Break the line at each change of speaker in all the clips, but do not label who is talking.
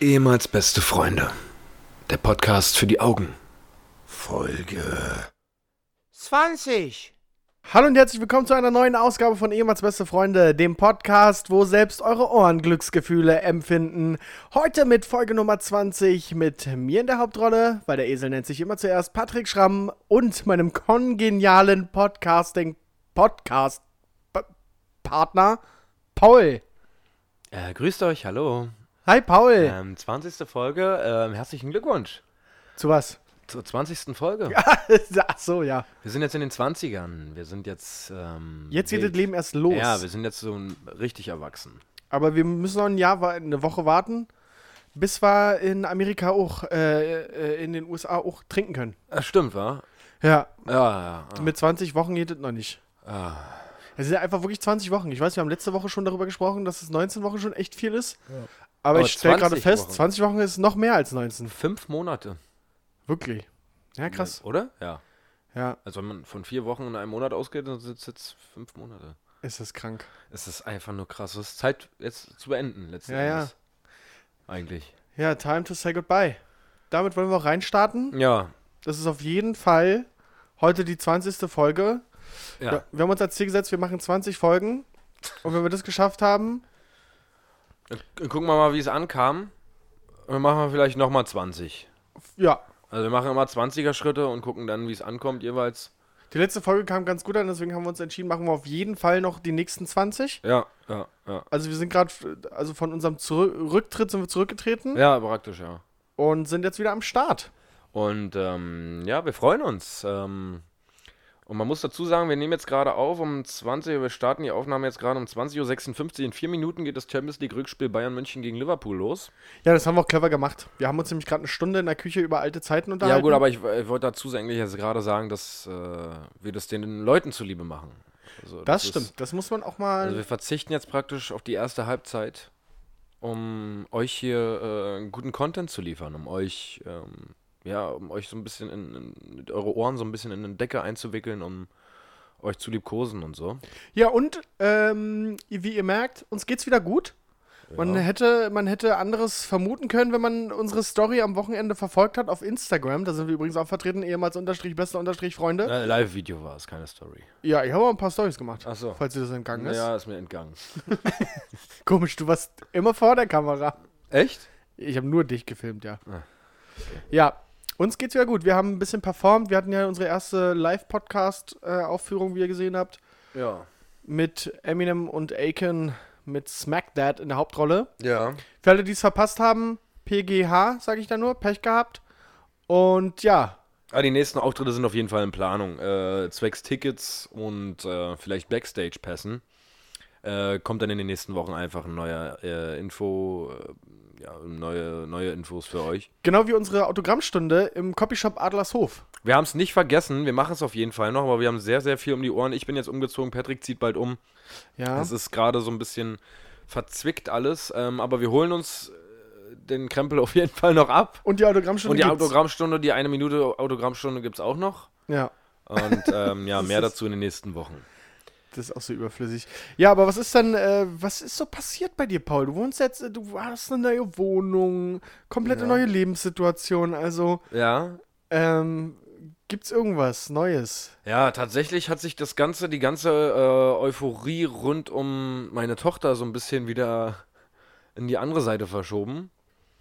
Ehemals beste Freunde. Der Podcast für die Augen.
Folge.
20.
Hallo und herzlich willkommen zu einer neuen Ausgabe von ehemals beste Freunde, dem Podcast, wo selbst eure Ohren Glücksgefühle empfinden. Heute mit Folge Nummer 20 mit mir in der Hauptrolle, weil der Esel nennt sich immer zuerst Patrick Schramm und meinem kongenialen Podcasting Podcast P- Partner Paul.
Äh, grüßt euch, hallo.
Hi Paul.
Ähm, 20. Folge, ähm, herzlichen Glückwunsch
Zu was?
zur 20. Folge.
Ach so, ja.
Wir sind jetzt in den 20ern. Wir sind jetzt. Ähm,
Jetzt geht
wild.
das Leben erst los.
Ja, wir sind jetzt so ein- richtig erwachsen.
Aber wir müssen noch ein Jahr, wa- eine Woche warten, bis wir in Amerika auch, äh, äh, in den USA auch trinken können.
Ah, stimmt, wa?
Ja,
Ja, ja. Ah. ja.
mit 20 Wochen geht es noch nicht. Es sind einfach wirklich 20 Wochen. Ich weiß, wir haben letzte Woche schon darüber gesprochen, dass es 19 Wochen schon echt viel ist. Aber,
Aber
ich stelle gerade
20
fest,
Wochen.
20 Wochen ist noch mehr als 19.
Fünf Monate.
Wirklich. Ja, krass.
Oder? Ja.
Ja,
Also, wenn man von vier Wochen in einem Monat ausgeht, dann sind es jetzt fünf Monate.
ist das krank.
Es ist einfach nur krass. Es ist Zeit, jetzt zu beenden, letzten
Ja, ja.
Endes. Eigentlich.
Ja, time to say goodbye. Damit wollen wir auch reinstarten.
Ja.
Das ist auf jeden Fall heute die 20. Folge.
Ja.
Wir, wir haben uns als Ziel gesetzt, wir machen 20 Folgen. Und wenn wir das geschafft haben,
Dann Äh, Gucken wir mal, wie es ankam. Und Dann machen wir vielleicht nochmal 20.
ja.
Also wir machen immer 20er-Schritte und gucken dann, wie es ankommt jeweils.
Die letzte Folge kam ganz gut an, deswegen haben wir uns entschieden, machen wir auf jeden Fall noch die nächsten 20.
Ja, ja, ja.
Also wir sind gerade, also von unserem Zurück Rücktritt sind wir zurückgetreten
Ja, praktisch, ja.
und sind jetzt wieder am Start.
Und ähm, ja, wir freuen uns. Ähm, und man muss dazu sagen, wir nehmen jetzt gerade auf um 20 Uhr, wir starten die Aufnahme jetzt gerade um 20.56 Uhr. In vier Minuten geht das Champions League-Rückspiel Bayern München gegen Liverpool los.
Ja, das haben wir auch clever gemacht. Wir haben uns nämlich gerade eine Stunde in der Küche über alte Zeiten unterhalten.
Ja gut, aber ich, ich wollte dazu eigentlich jetzt gerade sagen, dass äh, wir das den Leuten zuliebe machen. Also,
das
ist-
stimmt. Das muss man auch mal.
Also wir verzichten jetzt praktisch auf die erste Halbzeit, um euch hier äh, guten Content zu liefern, um euch, ähm, ja, um euch so ein bisschen in, in mit eure Ohren so ein bisschen in eine Decke einzuwickeln, um euch zu liebkosen und so.
Ja, und ähm, wie ihr merkt, uns geht's wieder gut. Man, hätte, man hätte anderes vermuten können, wenn man unsere Story am Wochenende verfolgt hat auf Instagram. Da sind wir übrigens auch vertreten, ehemals unterstrich beste unterstrich Freunde.
Äh, Live-Video war es, keine Story.
Ja, ich habe auch ein paar Stories gemacht.
Ach so.
Falls dir das entgangen ist.
Ah. Ja, ist mir entgangen.
Komisch, du warst immer vor der Kamera.
Echt?
Ich habe nur dich gefilmt, ja.
Ah,
Ja, uns geht's wieder gut. Wir haben ein bisschen performt. Wir hatten ja unsere erste Live-Podcast-Aufführung, wie ihr gesehen habt,
Ja.
mit Eminem und Aiken mit Smack Dad in der Hauptrolle.
Ja.
Für alle, die es verpasst haben, PGH, sage ich da nur, Pech gehabt. Und ja,
Ah, die nächsten Auftritte sind auf jeden Fall in Planung. Äh, zwecks Tickets und äh, vielleicht Backstage-Pässen. Äh, kommt dann in den nächsten Wochen einfach ein neuer äh, Info, äh, ja, neue, neue Infos für euch.
genau wie unsere Autogrammstunde im Copyshop Adlershof.
Wir haben es nicht vergessen, wir machen es auf jeden Fall noch, aber wir haben sehr, sehr viel um die Ohren. Ich bin jetzt umgezogen, Patrick zieht bald um.
Ja.
Es ist gerade so ein bisschen verzwickt alles, ähm, aber wir holen uns äh, den Krempel auf jeden Fall noch ab.
Und die Autogrammstunde.
Und die
gibt's.
Autogrammstunde, die eine Minute Autogrammstunde gibt es auch noch.
Ja,
Und ähm, ja, mehr dazu in den nächsten Wochen.
das ist auch so überflüssig. Ja, aber was ist denn, äh, was ist so passiert bei dir, Paul? Du wohnst jetzt, äh, du hast eine neue Wohnung, komplette neue Lebenssituation. Also,
Ja,
ähm, gibt's irgendwas Neues?
Ja, tatsächlich hat sich das ganze, die ganze äh, Euphorie rund um meine Tochter so ein bisschen wieder in die andere Seite verschoben.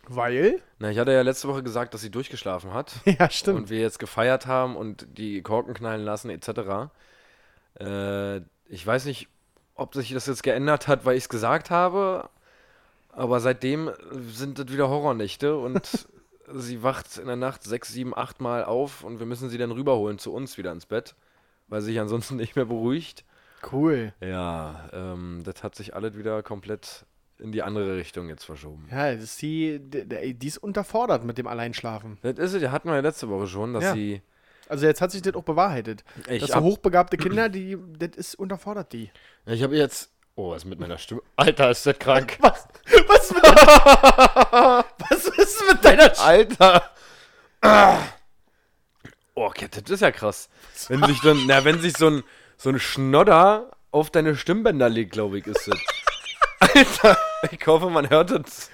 Weil?
Na, ich hatte ja letzte Woche gesagt, dass sie durchgeschlafen hat
Ja, stimmt.
und wir jetzt gefeiert haben und die Korken knallen lassen etc. Äh, ich weiß nicht, ob sich das jetzt geändert hat, weil ich es gesagt habe, aber seitdem sind das wieder Horrornächte und sie wacht in der Nacht sechs, sieben, acht Mal auf und wir müssen sie dann rüberholen zu uns wieder ins Bett, weil sie sich ansonsten nicht mehr beruhigt.
Cool.
Ja, ähm, das hat sich alles wieder komplett in die andere Richtung jetzt verschoben.
Ja, das ist die, die, die ist unterfordert mit dem Alleinschlafen.
Das ist es, ja, hatten wir ja letzte Woche schon, dass
Ja.
sie
Also jetzt hat sich das auch bewahrheitet.
Ich
das
hab-
so hochbegabte Kinder, die, das ist unterfordert die.
Ja, ich habe jetzt. Oh, was ist mit meiner Stimme? Alter, ist das krank.
Was? Was mit deiner, was ist mit deiner
Alter! Ah. Oh, okay, das ist ja krass. Wenn sich dann, na, wenn sich so ein, so ein Schnodder auf deine Stimmbänder legt, glaube ich, ist das. Alter, ich hoffe, man hört es.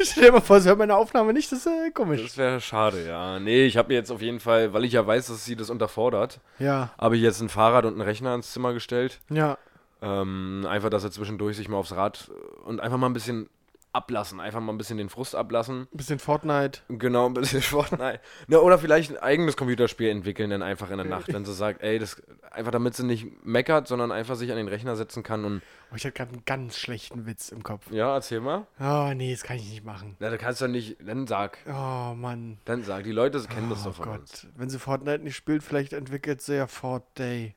Stell dir mal vor, es hört meine Aufnahme nicht, das ist äh, komisch.
Das wäre schade, ja. Nee, ich habe mir jetzt auf jeden Fall, weil ich ja weiß, dass sie das unterfordert,
ja,
habe ich jetzt ein Fahrrad und einen Rechner ins Zimmer gestellt.
ja.
Ähm, einfach, dass er zwischendurch sich mal aufs Rad und einfach mal ein bisschen ablassen, einfach mal ein bisschen den Frust ablassen.
Bisschen Fortnite.
Genau, ein bisschen Fortnite. Ne, oder vielleicht ein eigenes Computerspiel entwickeln, dann einfach in der Nacht, wenn sie sagt, ey, das einfach damit sie nicht meckert, sondern einfach sich an den Rechner setzen kann und
Oh, ich hatte gerade einen ganz schlechten Witz im Kopf.
ja, erzähl mal.
Oh, nee, das kann ich nicht machen.
Na, du kannst doch nicht, dann sag,
Oh, Mann.
dann sag, die Leute kennen das
Oh
doch von uns.
Gott, wenn sie Fortnite nicht spielt, vielleicht entwickelt sie ja Fort Day.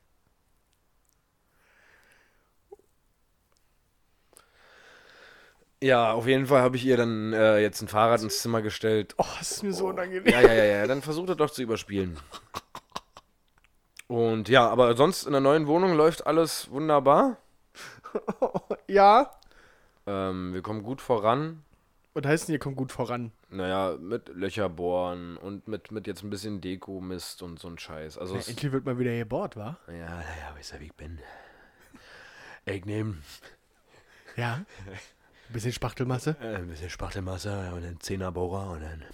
Ja, auf jeden Fall habe ich ihr dann äh, jetzt ein Fahrrad ins Zimmer gestellt.
Oh, das ist mir so unangenehm.
Ja, ja, ja, ja, dann versucht er doch zu überspielen. Und ja, aber sonst in der neuen Wohnung läuft alles wunderbar.
Ja.
Ähm, wir kommen gut voran.
Und heißt denn, ihr kommt gut voran.
Naja, mit Löcher bohren und mit, mit jetzt ein bisschen Deko-Mist und so ein Scheiß. Also,
Na,
es-
endlich wird mal wieder gebohrt, wa?
ja, naja, weißt du, wie ich bin. Ich nehme
Ja. Ein bisschen Spachtelmasse.
äh, ein bisschen Spachtelmasse und einen Zehnerbohrer und dann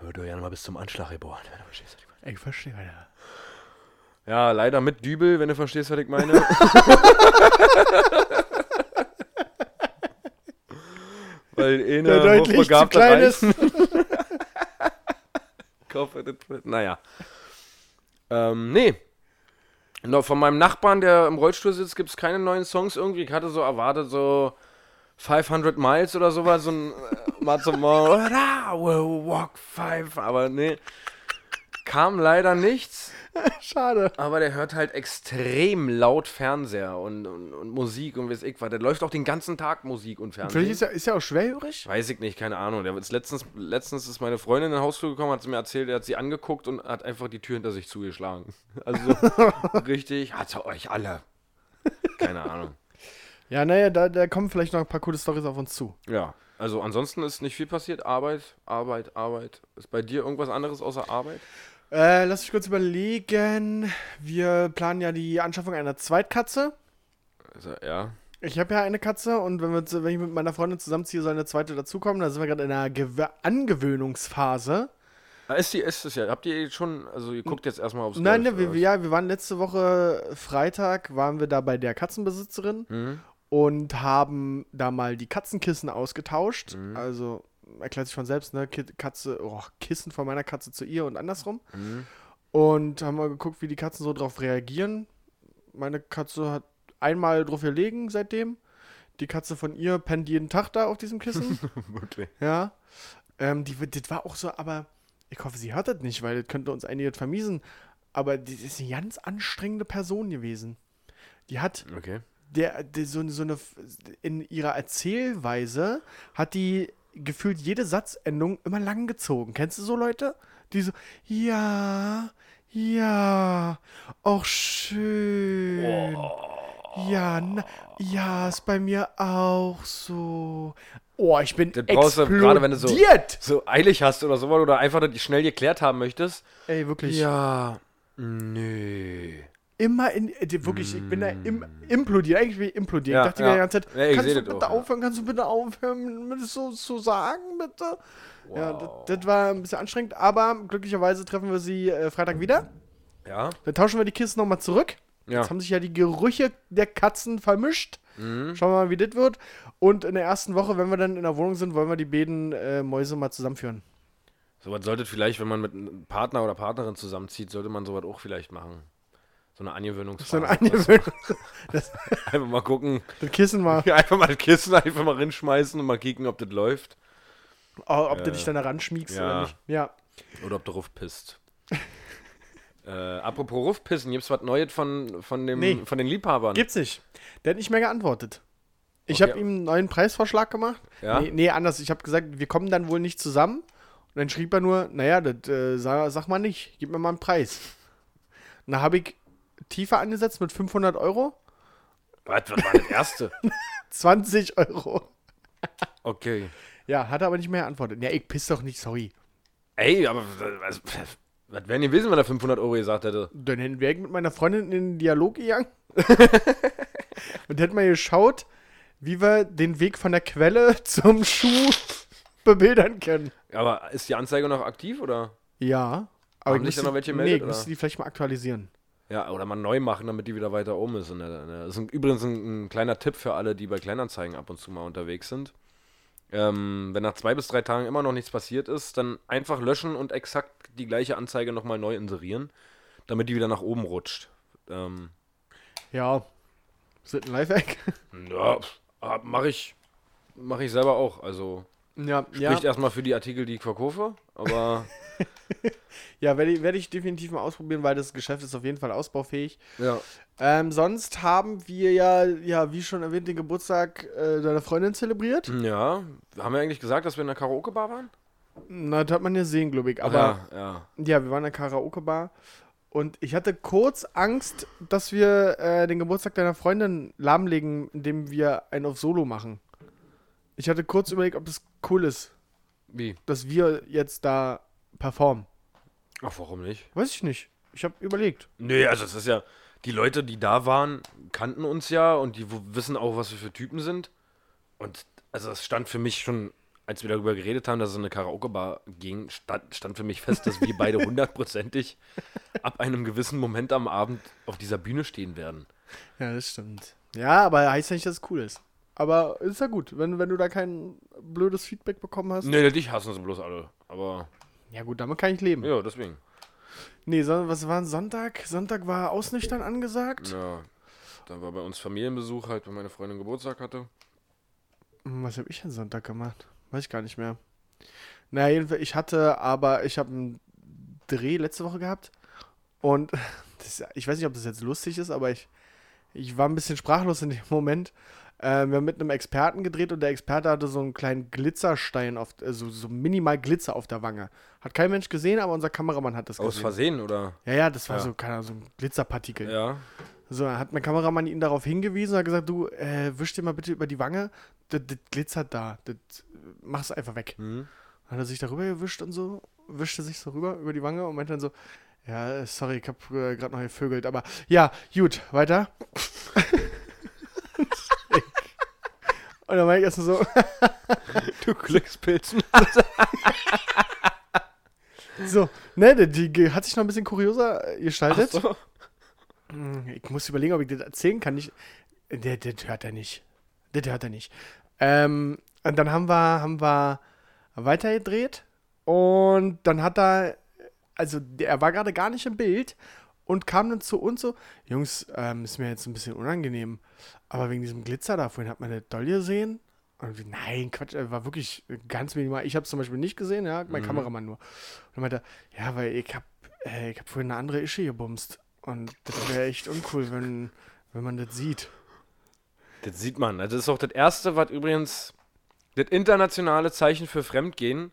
wird er ja nochmal bis zum Anschlag geboren. wenn du verstehst, was ich
Ich verstehe, Alter.
meine. Ja, leider mit Dübel, wenn du verstehst, was ich meine. Weil eh
Der
eine
deutlich zu
hochbegabte
klein ist.
Reis- Ich hoffe, das wird- Naja. Ähm, nee. Noch von meinem Nachbarn, der im Rollstuhl sitzt, gibt es keine neuen Songs irgendwie. Ich hatte so erwartet, so 500 Miles oder sowas. So ein äh, mal zum Morgen. "Ra, we'll Walk five. Aber nee. Kam leider nichts.
Schade.
Aber der hört halt extrem laut Fernseher und, und, und Musik und weiß ich was. Der läuft auch den ganzen Tag Musik und Fernsehen.
Vielleicht ist ja, ist ja auch schwerhörig.
Weiß ich nicht, keine Ahnung. Der ist letztens, letztens ist meine Freundin in den Hausflur gekommen, hat sie mir erzählt, er hat sie angeguckt und hat einfach die Tür hinter sich zugeschlagen. Also richtig, hat's euch alle. Keine Ahnung.
Ja, naja, da, da kommen vielleicht noch ein paar coole Stories auf uns zu.
Ja. Also ansonsten ist nicht viel passiert. Arbeit, Arbeit, Arbeit. Ist bei dir irgendwas anderes außer Arbeit?
Äh, lass mich kurz überlegen. Wir planen ja die Anschaffung einer Zweitkatze.
Also, ja.
Ich habe ja eine Katze und wenn, wir, zu- wenn ich mit meiner Freundin zusammenziehe, soll eine zweite dazukommen. Da sind wir gerade in einer Gew Angewöhnungsphase.
Ah, Ist die, ist es ja. Habt ihr schon, also ihr guckt jetzt erstmal aufs
Nein,
Geld,
ne, wir,
oder
wir- ja, wir waren letzte Woche Freitag, waren wir da bei der Katzenbesitzerin und haben da mal die Katzenkissen ausgetauscht. Also erklärt sich von selbst, ne? Ki- Katze, oh, Kissen von meiner Katze zu ihr und andersrum. Und haben mal geguckt, wie die Katzen so drauf reagieren. Meine Katze hat einmal drauf gelegen seitdem. Die Katze von ihr pennt jeden Tag da auf diesem Kissen.
was? Wirklich.
Ja. Ähm, die, das war auch so, aber ich hoffe, sie hört das nicht, weil das könnte uns einiges vermiesen. Aber die ist eine ganz anstrengende Person gewesen. Die hat
Okay.
der, der so, so eine in ihrer Erzählweise hat die gefühlt jede Satzendung immer lang gezogen. Kennst du so Leute, die so ja, ja, auch schön. Ja, na, ja, ist bei mir auch so. Oh, ich bin
Das brauchst du gerade, wenn du so,
explodiert.
so eilig hast oder sowas oder einfach das schnell geklärt haben möchtest.
Ey, wirklich.
Ja. Nee.
Immer in. äh, die- Wirklich, ich bin da im, implodiert. Eigentlich will ich implodieren.
Mm. Ja,
ich dachte
ja.
mir die ganze Zeit,
Ja, ich
kannst
seh
du
das
bitte
auch, ja.
aufhören, kannst du bitte aufhören, mir das so zu sagen, bitte? Ja, das, das war ein bisschen anstrengend, aber glücklicherweise treffen wir sie äh, Freitag wieder.
Ja.
Dann tauschen wir die Kissen nochmal zurück.
Ja.
Jetzt haben sich ja die Gerüche der Katzen vermischt.
Mhm.
Schauen wir mal, wie das wird. Und in der ersten Woche, wenn wir dann in der Wohnung sind, wollen wir die beiden äh, Mäuse mal zusammenführen.
Sowas sollte vielleicht, wenn man mit einem Partner oder Partnerin zusammenzieht, sollte man sowas auch vielleicht machen. So eine
So
Angewöhnungsphase.
eine Angewöhnung. Das,
einfach mal gucken,
das Kissen mal.
einfach mal das Kissen einfach mal rinschmeißen und mal kicken, ob das läuft
Oh, ob du dich dann da ranschmiegst
Ja.
oder nicht. Ja.
oder ob du rufpisst. äh, apropos Rufpissen, gibt's was Neues von, von, dem,
Nee.
von den Liebhabern?
Gibt's nicht. Der hat nicht mehr geantwortet. Ich
Hm. Okay.
habe ihm einen neuen Preisvorschlag gemacht.
Ja?
Nee, nee, anders. Ich habe gesagt, wir kommen dann wohl nicht zusammen. Und dann schrieb er nur, naja, das äh, sag, sag mal nicht. Gib mir mal einen Preis. Und da habe ich tiefer angesetzt mit 500 Euro.
was, was war das erste?
20 Euro.
okay.
Ja, hat er aber nicht mehr geantwortet. Ja, ich piss doch nicht, sorry.
Ey, aber was, was, was wären die gewesen, wenn er 500 Euro gesagt hätte?
Dann hätten wir mit meiner Freundin in den Dialog gegangen. und hätten mal geschaut, wie wir den Weg von der Quelle zum Schuh bebildern können.
Aber ist die Anzeige noch aktiv oder?
Ja. Aber
Haben
ich
sich da
müsste-
noch welche gemeldet,
Nee, ich müsste
oder?
die vielleicht mal aktualisieren.
Ja, oder mal neu machen, damit die wieder weiter oben ist. in der- in der- Das ist ein, übrigens ein, ein kleiner Tipp für alle, die bei Kleinanzeigen ab und zu mal unterwegs sind. Ähm, wenn nach zwei bis drei Tagen immer noch nichts passiert ist, dann einfach löschen und exakt die gleiche Anzeige nochmal neu inserieren, damit die wieder nach oben rutscht. Ähm,
Ja. Ist das ein Lifehack?
ja, mache ich, mach ich selber auch. Also
Ja,
spricht
ja.
erstmal für die Artikel, die ich verkaufe, aber
ja werde ich, werde ich definitiv mal ausprobieren, weil das Geschäft ist auf jeden Fall ausbaufähig.
ja.
Ähm, sonst haben wir ja, ja, wie schon erwähnt, den Geburtstag äh, deiner Freundin zelebriert.
Ja, haben wir eigentlich gesagt, dass wir in einer Karaoke-Bar waren?
Na, das hat man ja sehen, glaube ich. Aber
ja, Mhm. ja.
Ja, wir waren in der Karaoke-Bar und ich hatte kurz Angst, dass wir äh, den Geburtstag deiner Freundin lahmlegen, indem wir einen auf Solo machen. Ich hatte kurz überlegt, ob das cool ist,
Wie?
dass wir jetzt da performen.
Ach, warum nicht?
Weiß ich nicht. Ich habe überlegt.
Nee, also es ist ja, die Leute, die da waren, kannten uns ja und die w- wissen auch, was wir für Typen sind. Und also es stand für mich schon, als wir darüber geredet haben, dass es in eine Karaoke-Bar ging, stand, stand für mich fest, dass wir beide hundertprozentig ab einem gewissen Moment am Abend auf dieser Bühne stehen werden.
Ja, das stimmt. Ja, aber heißt ja nicht, dass es cool ist. Aber ist ja gut, wenn, wenn du da kein blödes Feedback bekommen hast.
Nee, dich hassen sie bloß alle. Aber
Ja gut, damit kann ich leben.
ja, deswegen.
Nee, son- was war Sonntag? Sonntag war ausnüchtern angesagt.
Ja, dann war bei uns Familienbesuch halt, wenn meine Freundin Geburtstag hatte.
Hm, Was habe ich denn Sonntag gemacht? Weiß ich gar nicht mehr. Na, jedenfalls, ich hatte aber, ich habe einen Dreh letzte Woche gehabt und das, ich weiß nicht, ob das jetzt lustig ist, aber ich, ich war ein bisschen sprachlos in dem Moment. Äh, wir haben mit einem Experten gedreht und der Experte hatte so einen kleinen Glitzerstein, auf, also so minimal Glitzer auf der Wange. Hat kein Mensch gesehen, aber unser Kameramann hat das gesehen.
Aus Versehen, oder?
Ja, ja, das war
Ja.
so, keine Ahnung, so ein Glitzerpartikel.
Ja.
So, dann hat mein Kameramann ihn darauf hingewiesen und hat gesagt, du, äh, wisch dir mal bitte über die Wange, das, das glitzert da, das äh, mach's einfach weg.
Hm.
Dann hat er sich darüber gewischt und so, wischte sich so rüber über die Wange und meinte dann so, ja, äh, sorry, ich hab äh, gerade noch gevögelt, aber ja, gut, weiter. und dann war ich erst mal so,
Du Glückspilzen.
so, ne, die, die ge- hat sich noch ein bisschen kurioser äh, gestaltet.
So.
Hm, Ich muss überlegen, ob ich das erzählen kann. Ich, der, der hört er nicht. Das hört er nicht. Ähm, und dann haben wir, haben wir weitergedreht und dann hat er, also der- er war gerade gar nicht im Bild und kam dann zu uns so, Jungs, ähm, ist mir jetzt ein bisschen unangenehm, aber wegen diesem Glitzer da vorhin hat man das doll gesehen. Und wir, nein, Quatsch, er war wirklich ganz minimal. Ich habe es zum Beispiel nicht gesehen, ja, mein Kameramann nur. Und dann meinte er, ja, weil ich habe äh, ich hab vorhin eine andere Ische gebumst. Und das wäre echt uncool, wenn, wenn man das sieht.
Das sieht man. Also Das ist auch das Erste, was übrigens das internationale Zeichen für Fremdgehen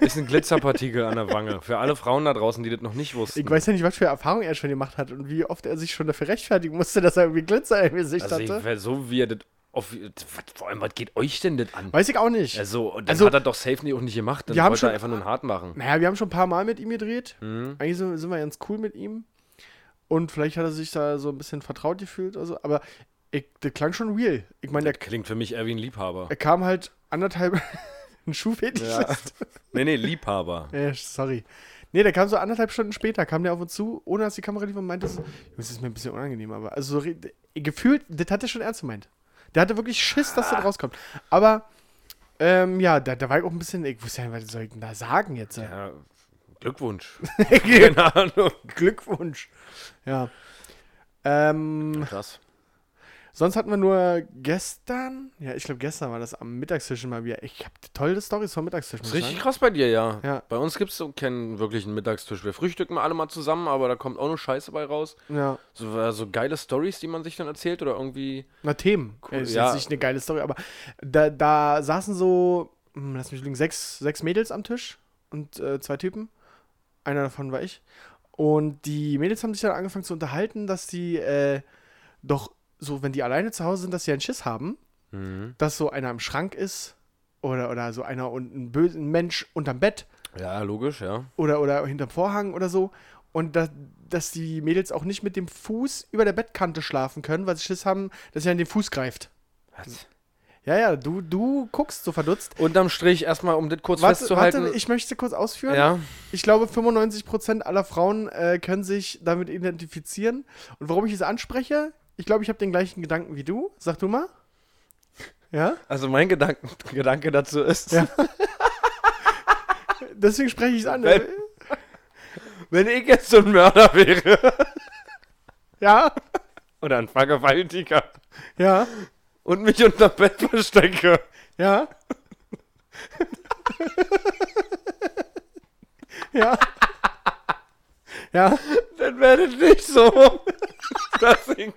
ist ein Glitzerpartikel an der Wange. Für alle Frauen da draußen, die das noch nicht wussten.
Ich weiß ja nicht, was für Erfahrungen er schon gemacht hat und wie oft er sich schon dafür rechtfertigen musste, dass er irgendwie Glitzer im Gesicht
also ich,
hatte.
weil so wie er das auf, was- vor allem, was geht euch denn das an?
Weiß ich auch nicht.
Also, und dann
Also-
hat er doch safe nicht- auch nicht gemacht. Dann
Wir haben
wollte
schon-
er einfach nur einen hart machen.
naja, wir haben schon ein paar Mal mit ihm gedreht.
Mhm.
Eigentlich sind, sind wir ganz cool mit ihm. Und vielleicht hat er sich da so ein bisschen vertraut gefühlt oder so. Aber ich, das klang schon real. Ich meine, der,
Klingt für mich eher wie ein Liebhaber.
er kam halt anderthalb. ein Schuhfetischist.
nee, nee, Liebhaber.
Äh, sorry. Nee, der kam so anderthalb Stunden später, kam der auf uns zu, ohne dass die Kamera lief und meinte, so, Jungs, das ist mir ein bisschen unangenehm, aber also so, re- gefühlt, das hat er schon ernst gemeint. Der hatte wirklich Schiss, dass das rauskommt. Aber, ähm, ja, da, da war ich auch ein bisschen, ich wusste ja nicht, was soll ich denn da sagen jetzt? Ja.
Ja, Glückwunsch. Keine Ahnung.
Glückwunsch. Ja. Ähm,
Krass.
sonst hatten wir nur gestern, ja, ich glaube gestern war das am Mittagstisch mal wieder. Ich habe tolle Stories vom Mittagstisch. muss
Ist
ich
richtig
sagen.
krass bei dir, ja.
Ja.
Bei uns gibt es so keinen wirklichen Mittagstisch. Wir frühstücken alle mal zusammen, aber da kommt auch nur Scheiße bei raus.
Ja.
So, äh, so geile Stories, die man sich dann erzählt oder irgendwie.
Na, Themen.
Cool,
Cool, ist
ja.
jetzt nicht eine geile Story, aber da, da saßen so, hm, lass mich liegen, sechs, sechs Mädels am Tisch und äh, zwei Typen. Einer davon war ich. Und die Mädels haben sich dann angefangen zu unterhalten, dass die äh, doch so, wenn die alleine zu Hause sind, dass sie einen Schiss haben, dass so einer im Schrank ist oder, oder so einer und ein, böse, ein Mensch unterm Bett
Ja, logisch, ja.
oder, oder hinterm Vorhang oder so. Und da, dass die Mädels auch nicht mit dem Fuß über der Bettkante schlafen können, weil sie Schiss haben, dass sie an den Fuß greift. Ja, ja, du, du guckst so verdutzt.
Unterm Strich erstmal, um das kurz
Warte,
festzuhalten.
warte, ich möchte kurz ausführen.
ja,
Ich glaube, 95% aller Frauen äh, können sich damit identifizieren. Und warum ich es anspreche, ich glaube, ich habe den gleichen Gedanken wie du. Sag du mal. Ja?
also mein Gedanken, Gedanke dazu ist,
Ja. Deswegen spreche ich es an.
Wenn- wenn ich jetzt so ein Mörder wäre
Ja?
oder ein Vergewaltiger
Ja?
und mich unter Bett verstecke,
Ja? ja? Ja?
dann wäre das nicht so, dass ich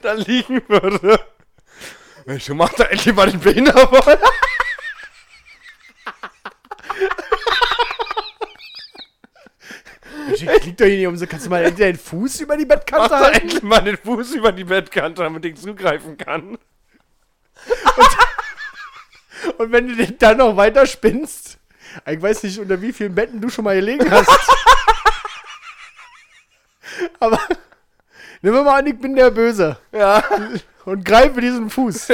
da liegen würde. Mensch, du machst da endlich mal den Behinderten.
Ich liegt doch hier nicht um so. Kannst du mal entweder den Fuß über die
Mach
Bettkante
da
halten?
endlich mal den Fuß über die Bettkante, damit ich zugreifen kann.
Und wenn du den dann noch weiter spinnst, ich weiß nicht, unter wie vielen Betten du schon mal gelegen hast. Aber nehmen wir mal an, ich bin der Böse
Ja.
und greife diesen Fuß.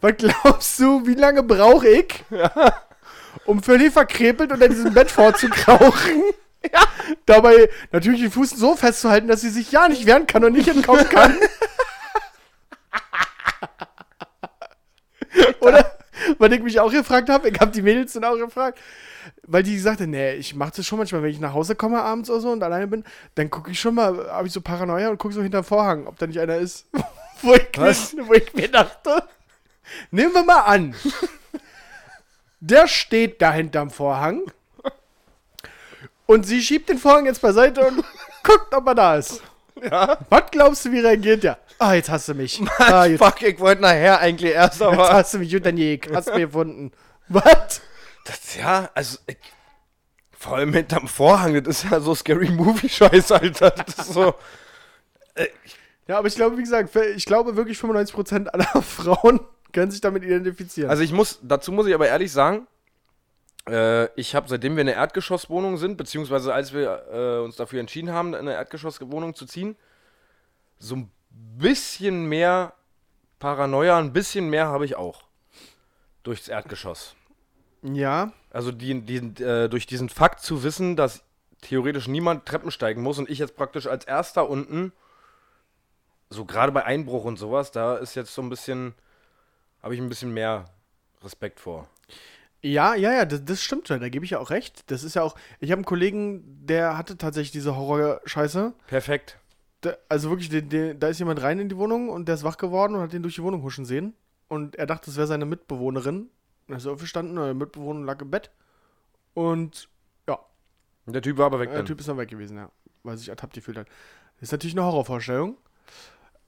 Was glaubst du, wie lange brauche ich, um völlig verkrepelt unter diesem Bett vorzukrauchen? Dabei natürlich den Fuß so festzuhalten, dass sie sich ja nicht wehren kann und nicht entkommen kann. Oder? Weil ich mich auch gefragt habe, ich habe die Mädels dann auch gefragt, weil die sagte, nee, ich mache das schon manchmal, wenn ich nach Hause komme abends oder so und alleine bin, dann gucke ich schon mal, habe ich so Paranoia und gucke so hinter den Vorhang, ob da nicht einer ist. wo, ich
Was?
Nicht, wo ich mir dachte, nehmen wir mal an, der steht da hinterm Vorhang und sie schiebt den Vorhang jetzt beiseite und guckt, ob er da ist.
Ja.
Was glaubst du, wie reagiert der? Ah, jetzt hast du mich. Ah, jetzt
Fuck, ich wollte nachher eigentlich erst,
Jetzt
aber.
hast du mich unter den Jäg, hast mir gefunden. Was?
Das, ja, also. Ich, vor allem hinterm Vorhang, das ist ja so Scary Movie-Scheiß, Alter. Das ist so.
Ja, aber ich glaube, wie gesagt, ich glaube wirklich 95% aller Frauen können sich damit identifizieren.
Also ich muss, dazu muss ich aber ehrlich sagen, äh, ich habe, seitdem wir in der Erdgeschosswohnung sind, beziehungsweise als wir äh, uns dafür entschieden haben, in eine Erdgeschosswohnung zu ziehen, so ein bisschen mehr Paranoia, ein bisschen mehr habe ich auch. Durchs Erdgeschoss.
ja,
Also die, die, äh, durch diesen Fakt zu wissen, dass theoretisch niemand Treppen steigen muss und ich jetzt praktisch als erster unten, so gerade bei Einbruch und sowas, da ist jetzt so ein bisschen, habe ich ein bisschen mehr Respekt vor.
ja, ja, ja, das, das stimmt schon, da gebe ich ja auch recht. Das ist ja auch, ich habe einen Kollegen, der hatte tatsächlich diese Horror-Scheiße.
Perfekt.
Da, also wirklich, den, den, da ist jemand rein in die Wohnung und der ist wach geworden und hat den durch die Wohnung huschen sehen. Und er dachte, es wäre seine Mitbewohnerin. Er ist aufgestanden, und der Mitbewohner lag im Bett. Und ja,
Der Typ war aber weg.
Der
Dann.
Typ ist dann weg gewesen, ja. Weil sich ertappt gefühlt hat. Ist natürlich eine Horrorvorstellung.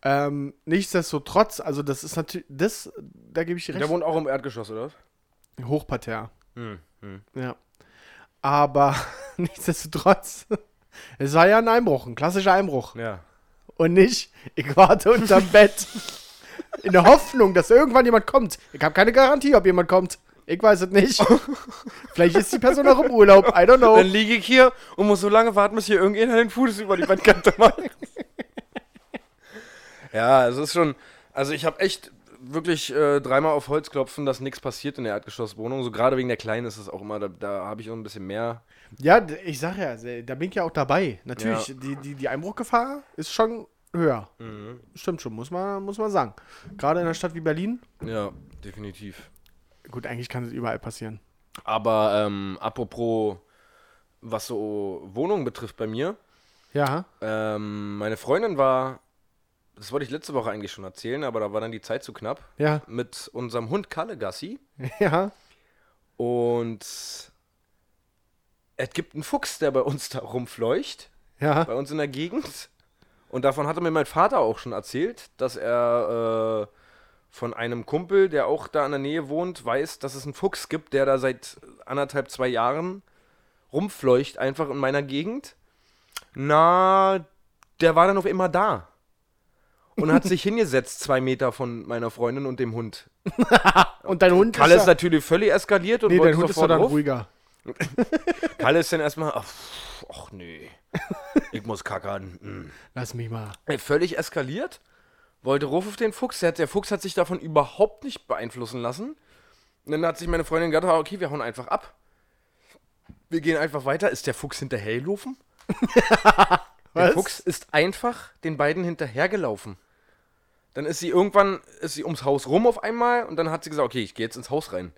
Ähm, nichtsdestotrotz, also das ist natürlich, das, da gebe ich dir
Der
recht.
wohnt auch im Erdgeschoss, oder? was?
Hochparterre,
Hm, hm.
ja. Aber nichtsdestotrotz, es war ja ein Einbruch, ein klassischer Einbruch.
Ja.
Und nicht, ich warte unterm Bett. In der Hoffnung, dass irgendwann jemand kommt. Ich habe keine Garantie, ob jemand kommt. Ich weiß es nicht. Vielleicht ist die Person auch im Urlaub. I don't know.
Dann liege ich hier und muss so lange warten, bis hier irgendjemand den Fuß über die Bettkante macht. ja, es ist schon. Also ich habe echt wirklich äh, dreimal auf Holz klopfen, dass nichts passiert in der Erdgeschosswohnung. So gerade wegen der Kleinen ist es auch immer, da, da habe ich noch ein bisschen mehr.
Ja, d- ich sag ja, se- da bin ich ja auch dabei. Natürlich,
Ja.
die, die, die Einbruchgefahr ist schon höher.
Mhm.
Stimmt schon, muss man, muss man sagen. Gerade in einer Stadt wie Berlin.
Ja, definitiv.
Gut, eigentlich kann es überall passieren.
Aber ähm, apropos, was so Wohnungen betrifft bei mir,
Ja.
ähm, meine Freundin war, das wollte ich letzte Woche eigentlich schon erzählen, aber da war dann die Zeit zu knapp.
Ja.
mit unserem Hund Kalle Gassi
Ja.
und es gibt einen Fuchs, der bei uns da rumfleucht,
Ja.
bei uns in der Gegend. Und davon hatte mir mein Vater auch schon erzählt, dass er äh, von einem Kumpel, der auch da in der Nähe wohnt, weiß, dass es einen Fuchs gibt, der da seit anderthalb, zwei Jahren rumfleucht, einfach in meiner Gegend. Na, der war dann auf immer da. Und hat sich hingesetzt, zwei Meter von meiner Freundin und dem Hund.
Und dein Hund
Kalle ist,
da,
natürlich völlig eskaliert und
Nee,
wollte
dein Hund ist doch
sofort
dann
rauf.
ruhiger.
Kalle ist dann erstmal, ach, pff, ach nee, ich muss kackern.
Lass mich mal.
Mm. Völlig eskaliert, wollte Ruf auf den Fuchs. Der, hat- der Fuchs hat sich davon überhaupt nicht beeinflussen lassen. Und dann hat sich meine Freundin gedacht, ah, okay, wir hauen einfach ab. Wir gehen einfach weiter. Ist der Fuchs hinterhergelaufen? Der
Was?
Fuchs ist einfach den beiden hinterhergelaufen. Dann ist sie irgendwann, ist sie ums Haus rum auf einmal und dann hat sie gesagt, okay, ich gehe jetzt ins Haus rein.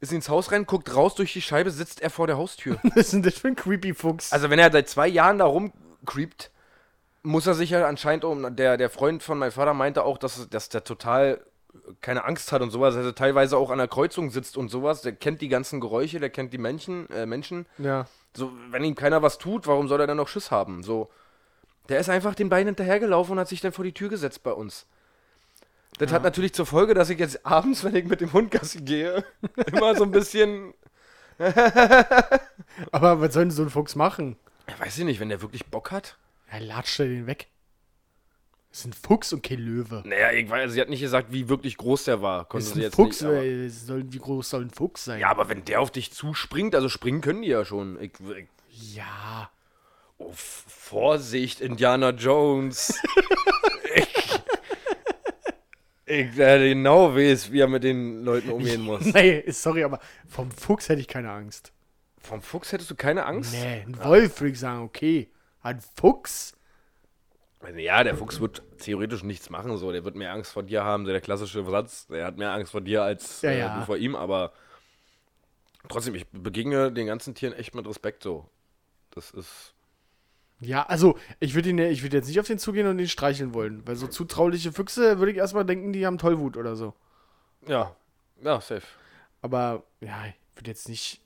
Ist sie ins Haus rein, guckt raus durch die Scheibe, sitzt er vor der Haustür.
Was ist denn das für ein creepy Fuchs?
Also wenn er seit zwei Jahren da rumcreept, muss er sich ja anscheinend um. Der, der Freund von meinem Vater meinte auch, dass, dass der total keine Angst hat und sowas. Also teilweise auch an der Kreuzung sitzt und sowas. Der kennt die ganzen Geräusche, der kennt die Menschen, äh, Menschen.
ja.
So, wenn ihm keiner was tut, warum soll er dann noch Schiss haben? So. Der ist einfach den beiden hinterhergelaufen und hat sich dann vor die Tür gesetzt bei uns. Das hat natürlich zur Folge, dass ich jetzt abends, wenn ich mit dem Hund Gassi gehe, immer so ein bisschen
Aber was soll denn so ein Fuchs machen?
Ja, Weiß ich nicht, wenn der wirklich Bock hat.
Er latscht den weg. Das ist ein Fuchs und kein Löwe.
Naja, ich weiß, sie hat nicht gesagt, wie wirklich groß der war. Konnte
Das ist
sie
ein
jetzt nicht,
Fuchs,
aber,
ey. Es soll, wie groß soll ein Fuchs sein?
Ja, aber wenn der auf dich zuspringt, also springen können die ja schon. Ich, ich,
Ja.
oh, F- Vorsicht, Indiana Jones. ich, ich äh, genau weiß, wie er mit den Leuten umgehen muss.
Nee, sorry, aber vom Fuchs hätte ich keine Angst.
Vom Fuchs hättest du keine Angst?
Nee, ein Wolf würde ich sagen, okay. Ein Fuchs?
Also, ja, der Fuchs wird theoretisch nichts machen, so. Der wird mehr Angst vor dir haben, so der klassische Satz. Der hat mehr Angst vor dir als
Ja,
äh,
ja.
du vor ihm, aber trotzdem, ich begegne den ganzen Tieren echt mit Respekt, so. Das ist.
Ja, also ich würde ihn, ich würde jetzt nicht auf den zugehen und ihn streicheln wollen, weil so zutrauliche Füchse würde ich erstmal denken, die haben Tollwut oder so.
Ja, ja, safe.
Aber ja, ich würde jetzt nicht.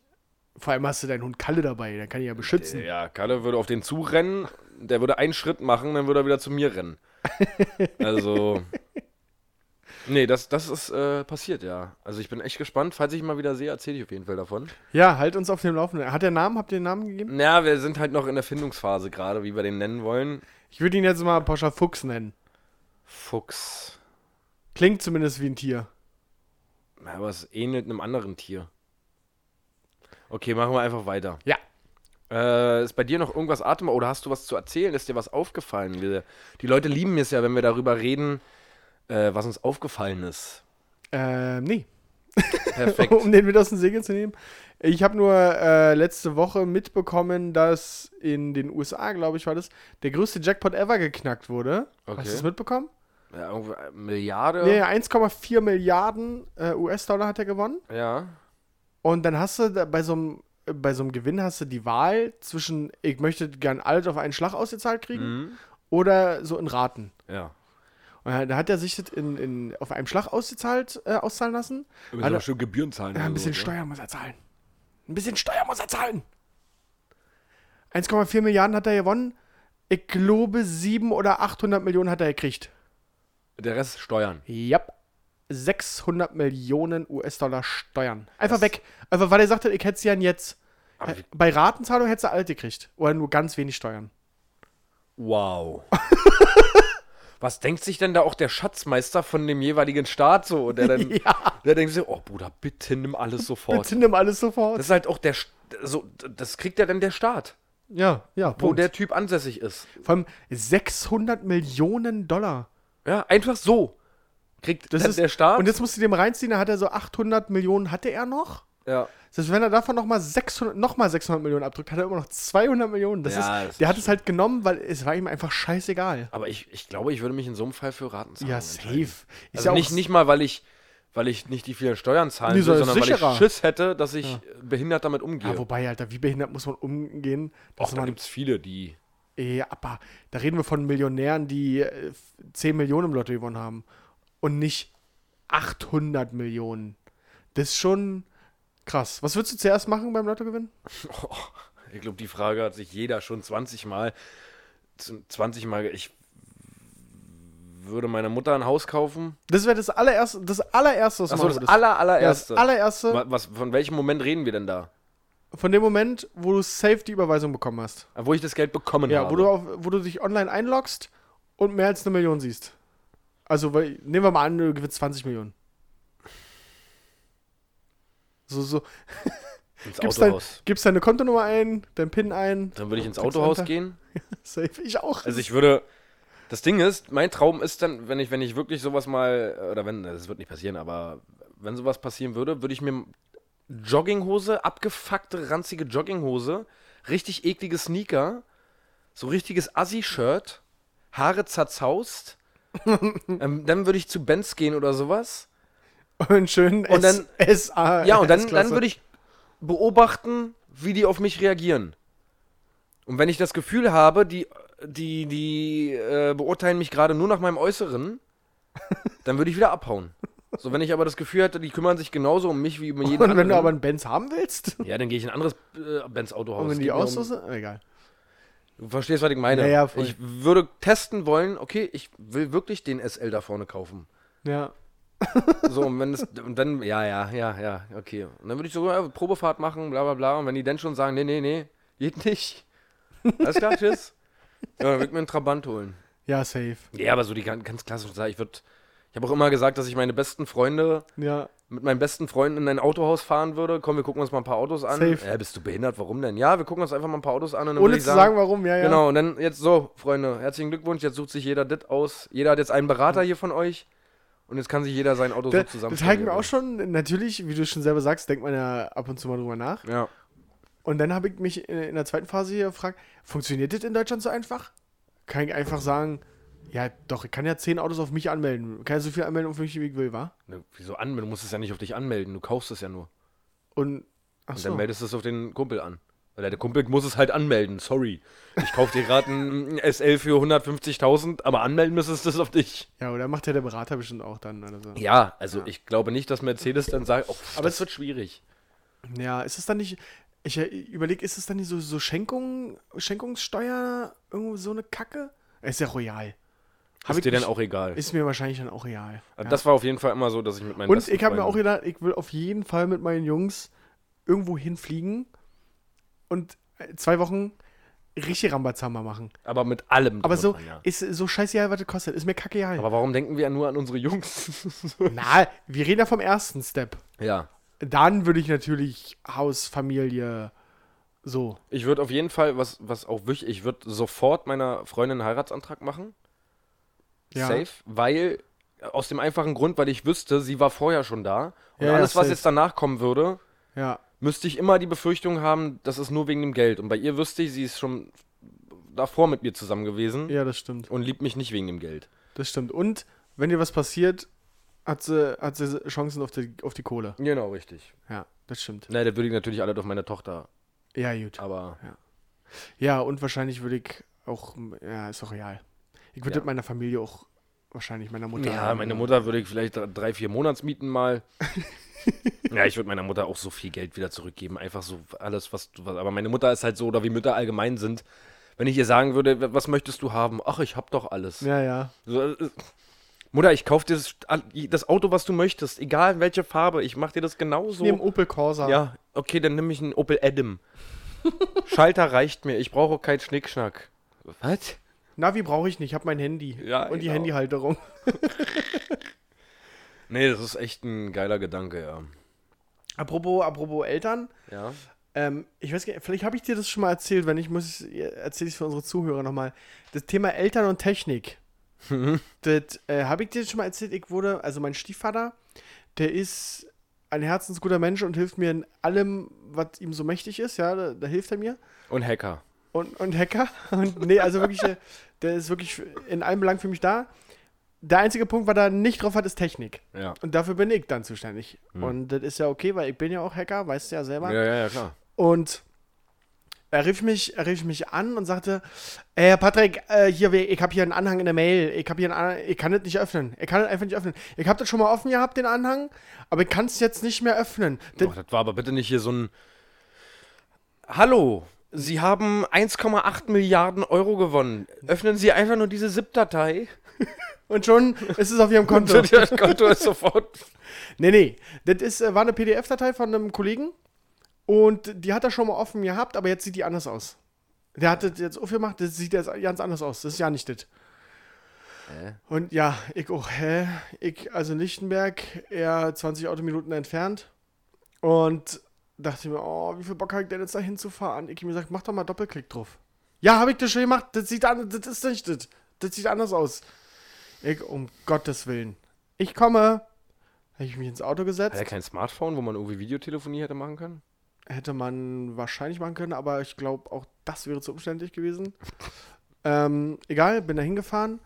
Vor allem hast du deinen Hund Kalle dabei, der kann ihn ja beschützen.
Ja, Kalle würde auf den zurennen, der würde einen Schritt machen, dann würde er wieder zu mir rennen. Also. Nee, das, das ist äh, passiert, ja. Also ich bin echt gespannt. Falls ich ihn mal wieder sehe, erzähle ich auf jeden Fall davon.
Ja, halt uns auf dem Laufenden. Hat der Namen? Habt ihr den Namen gegeben?
Na, wir sind halt noch in der Findungsphase gerade, wie wir den nennen wollen.
Ich würde ihn jetzt mal Pascha Fuchs nennen.
Fuchs.
Klingt zumindest wie ein Tier.
Na, Aber es ähnelt einem anderen Tier. Okay, machen wir einfach weiter.
Ja.
Äh, ist bei dir noch irgendwas Atem oder hast du was zu erzählen? Ist dir was aufgefallen? Wir, die Leute lieben es ja, wenn wir darüber reden, äh, was uns aufgefallen ist.
Ähm, nee.
Perfekt.
um den mit aus dem Segel zu nehmen. Ich habe nur äh, letzte Woche mitbekommen, dass in den USA, glaube ich, war das, der größte Jackpot ever geknackt wurde.
Okay.
Hast du das mitbekommen?
ja, irgendwie eine Milliarde.
Nee, 1,4 Milliarden äh, US-Dollar hat er gewonnen.
Ja.
Und dann hast du da bei so einem bei so einem Gewinn hast du die Wahl zwischen, ich möchte gern alles auf einen Schlag ausgezahlt kriegen
Mhm.
oder so in Raten.
Ja.
Und da hat er sich das in, in, auf einem Schlag ausgezahlt, äh, auszahlen lassen.
Wir
Hat er-
schon Gebühren zahlen. ne?
Ja, ein bisschen Steuern muss er zahlen. Ein bisschen Steuern muss er zahlen. 1,4 Milliarden hat er gewonnen. Ich glaube, 700 oder 800 Millionen hat er gekriegt.
Der Rest Steuern.
Yep. 600 Millionen US-Dollar Steuern. Einfach weg. Einfach, weil er sagte, ich hätte sie ja jetzt.
Aber wie-
Bei Ratenzahlung hätte er alt gekriegt. Oder nur ganz wenig Steuern.
Wow. Was denkt sich denn da auch der Schatzmeister von dem jeweiligen Staat so? Der, dann, der denkt sich, oh Bruder, bitte nimm alles sofort.
Jetzt nimm alles sofort.
Das ist halt auch der, St- so, das kriegt ja dann der Staat,
ja, ja.
wo
Punkt.
der Typ ansässig ist.
Vor allem 600 Millionen Dollar.
Ja, einfach so. Kriegt
Das
dann
ist
der Staat.
Und jetzt musst du dem reinziehen, da hat er so 800 Millionen, hatte er noch?
ja.
Das heißt, wenn er davon nochmal 600, noch mal 600 Millionen abdrückt, hat er immer noch 200 Millionen. Das
Ja,
ist,
das
der
ist
hat es halt genommen, weil es war ihm einfach scheißegal.
Aber ich, ich glaube, ich würde mich in so einem Fall für Ratenzahlung
Ja,
entscheiden.
safe. Ist
Also nicht, nicht mal, weil ich, weil ich nicht die vielen Steuern zahlen
Nee,
will,
sondern
sondern weil
sicherer.
ich Schiss hätte, dass ich äh, behindert damit umgehe.
Ja, wobei, Alter, wie behindert muss man umgehen?
Och, ähm.
Dass
da
man,
gibt es viele, die.
ey, aber da reden wir von Millionären, die äh, f- 10 Millionen im Lotto gewonnen haben. Und nicht 800 Millionen. Das ist schon krass. Was würdest du zuerst machen beim Lottogewinn?
Oh, Ich glaube, die Frage hat sich jeder schon 20 Mal. z- 20 Mal. Ich würde meiner Mutter ein Haus kaufen.
Das wäre das allererste, das allererste, was
Achso, das
machen würdest.
aller,
Ja, das
allererste.
allererste.
Wa- was, von welchem Moment reden wir denn da?
Von dem Moment, wo du safe die Überweisung bekommen hast.
Ah, Wo ich das Geld bekommen
Ja,
habe.
wo du, auf, wo du dich online einloggst und mehr als eine Million siehst. Also, weil, nehmen wir mal an, du gewinnst 20 Millionen. So, so.
ins
Gibst, dein,
Autohaus.
gibst deine Kontonummer ein, dein PIN ein.
Dann würde ich ins
Drückst
Autohaus
Enter.
gehen.
Safe, ich auch.
Also ich würde. Das Ding ist, mein Traum ist dann, wenn ich, wenn ich wirklich sowas mal, oder wenn, das wird nicht passieren, aber wenn sowas passieren würde, würde ich mir Jogginghose, abgefuckte, ranzige Jogginghose, richtig eklige Sneaker, so richtiges Assi-Shirt, Haare zerzaust, ähm, dann würde ich zu Benz gehen oder sowas.
Und schön
Und dann-
S SA.
Ja, und dann, dann würde ich beobachten, wie die auf mich reagieren. Und wenn ich das Gefühl habe, die, die, die äh, beurteilen mich gerade nur nach meinem Äußeren, dann würde ich wieder abhauen. So, wenn ich aber das Gefühl hatte, die kümmern sich genauso um mich wie um jeden
Und wenn
anderen.
du aber einen Benz haben willst,
ja, dann gehe ich in ein anderes äh, Benz Autohaus.
und wenn
Es
die
geht mir um-
Auslöse, egal.
Du verstehst, was ich meine.
Ja, ja, voll.
ich würde testen wollen, okay, ich will wirklich den SL da vorne kaufen.
Ja.
So, und wenn es, und dann, ja, ja, ja, ja, okay. Und dann würde ich so ja, Probefahrt machen, bla, bla, bla. Und wenn die dann schon sagen, nee, nee, nee, geht nicht. Alles klar, tschüss. Ja, dann würde ich mir einen Trabant holen.
Ja, safe.
Ja, aber so die ganz, ganz klassischen Sachen. Ich würde, ich habe auch immer gesagt, dass ich meine besten Freunde,
Ja.
mit meinen besten Freunden in ein Autohaus fahren würde. Komm, wir gucken uns mal ein paar Autos an.
Safe.
Ja, bist du behindert? Warum denn? Ja, wir gucken uns einfach mal ein paar Autos an. Und dann würd
Ohne
ich
zu sagen, warum, ja, ja.
Genau, und dann jetzt so, Freunde, herzlichen Glückwunsch. Jetzt sucht sich jeder das aus. Jeder hat jetzt einen Berater hier von euch. Und jetzt kann sich jeder sein Auto
Da,
so
Ne, das
zusammenstellen.
halten wir auch schon, natürlich, wie du schon selber sagst, denkt man ja ab und zu mal drüber nach.
Ja.
Und dann habe ich mich in, in der zweiten Phase hier gefragt, funktioniert das in Deutschland so einfach? Kann ich einfach sagen, ja doch, ich kann ja zehn Autos auf mich anmelden. Kann ja so viel anmelden, auf mich, wie ich will, wa?
Ne, Wieso anmelden? Du musst es ja nicht auf dich anmelden, du kaufst es ja nur.
Und, ach
Und
so.
dann meldest du es auf den Kumpel an. Oder der Kumpel muss es halt anmelden, sorry. Ich kauf dir gerade ein SL für 150.000, aber anmelden müsstest du es auf dich.
Ja, oder macht ja der Berater bestimmt auch dann oder so.
Ja, also ich glaube nicht, dass Mercedes dann sagt, oh,
Aber
aber
es-
es wird schwierig.
Ja, ist es dann nicht, ich überlege, ist es dann nicht so, so Schenkung, Schenkungssteuer, irgendwo so eine Kacke? Ist ja royal. Hab ich
Ist dir
mich-
dann auch egal.
Ist mir wahrscheinlich dann auch real.
Also
ja.
Das war auf jeden Fall immer so, dass ich mit meinen
Und
besten
ich habe mir auch
Freunden-
gedacht, ich will auf jeden Fall mit meinen Jungs irgendwo hinfliegen und äh, zwei Wochen richtig Rambazamba machen.
Aber mit allem. drum
Aber
und
so,
dran, ja.
ist so scheißegal, was das kostet. Ist mir kacke ja.
aber warum denken wir nur an unsere Jungs?
Na, wir reden ja vom ersten Step.
ja.
Dann würde ich natürlich Haus, Familie, so.
Ich würde auf jeden Fall, was, was auch wichtig, ich würde sofort meiner Freundin einen Heiratsantrag machen.
Ja.
Safe. Weil, äh, aus dem einfachen Grund, weil ich wüsste, sie war vorher schon da. Und
Ja, ja,
alles, was
safe.
jetzt danach kommen würde,
Ja,
müsste ich immer die Befürchtung haben, das ist nur wegen dem Geld. Und bei ihr wüsste ich, sie ist schon davor mit mir zusammen gewesen
ja, das stimmt.
und liebt mich nicht wegen dem Geld.
Das stimmt. Und wenn dir was passiert, hat sie, hat sie Chancen auf die, auf die Kohle.
Genau, richtig.
Ja, das stimmt.
Na, da würde ich natürlich alle auf meine Tochter,
Ja, gut.
aber
Ja, und wahrscheinlich würde ich auch, ja, ist doch real. Ich würde
Ja.
das meiner Familie auch, wahrscheinlich meiner Mutter.
ja, meine Mutter würde ich vielleicht drei, vier Monatsmieten mal. ja, ich würde meiner Mutter auch so viel Geld wieder zurückgeben. Einfach so alles, was du. was- Aber meine Mutter ist halt so, oder wie Mütter allgemein sind. Wenn ich ihr sagen würde, was möchtest du haben? Ach, ich hab doch alles.
Ja, ja.
So, äh, Mutter, ich kauf dir das, das Auto, was du möchtest, egal welche Farbe, ich mach dir das
So.
genauso.
Neben Opel Corsa.
ja, okay, dann nimm ich einen Opel Adam. Schalter reicht mir, ich brauche keinen Schnickschnack. Was?
Navi brauche ich nicht, ich habe mein Handy.
Ja,
Und die
genau.
Handyhalterung.
Nee, das ist echt ein geiler Gedanke, ja.
Apropos, apropos Eltern.
Ja.
Ähm, ich weiß gar nicht, vielleicht habe ich dir das schon mal erzählt, wenn nicht, muss ich erzähle ich es für unsere Zuhörer nochmal. Das Thema Eltern und Technik.
Mhm.
das äh, habe ich dir schon mal erzählt. Ich wurde, also mein Stiefvater, der ist ein herzensguter Mensch und hilft mir in allem, was ihm so mächtig ist. Ja, da, da hilft er mir.
Und Hacker.
und, und Hacker. Und nee, also wirklich, äh, der ist wirklich in allen Belangen für mich da. Der einzige Punkt, was er nicht drauf hat, ist Technik.
Ja. Hm.
Und dafür bin ich dann zuständig. Und das ist ja okay, weil ich bin ja auch Hacker, weißt du ja selber.
Ja, ja, ja, klar.
Und er rief mich, er rief mich an und sagte, äh, Herr Patrick, äh, hier, wir- ich habe hier einen Anhang in der Mail. Ich habe hier einen Anhang, ich kann das nicht öffnen. Ich kann das einfach nicht öffnen. Ich habe das schon mal offen gehabt, den Anhang, aber ich kann es jetzt nicht mehr öffnen. Das,
Och, das war aber bitte nicht hier so ein. Hallo, Sie haben 1,8 Milliarden Euro gewonnen. Öffnen Sie einfach nur diese ZIP-Datei.
und schon ist es auf Ihrem Konto.
Und das Konto ist sofort.
Nee, nee. Das ist, äh, war eine PDF-Datei von einem Kollegen. Und die hat er schon mal offen gehabt, aber jetzt sieht die anders aus. Der hat das jetzt aufgemacht, das sieht jetzt ganz anders aus. Das ist ja nicht das. Und ja, ich auch, hä? Ich, also Lichtenberg, eher 20 Autominuten entfernt. Und dachte mir, oh, wie viel Bock habe ich denn jetzt da hinzufahren? Ich hab mir gesagt, mach doch mal Doppelklick drauf. Ja, habe ich das schon gemacht. Das sieht an, das ist nicht das. das sieht anders aus. Ich, um Gottes Willen. Ich komme. Habe ich mich ins Auto
Hat er
gesetzt?
kein Smartphone, wo man irgendwie Videotelefonie hätte machen können?
Hätte man wahrscheinlich machen können, aber ich glaube, auch das wäre zu umständlich gewesen. ähm, egal, bin da hingefahren.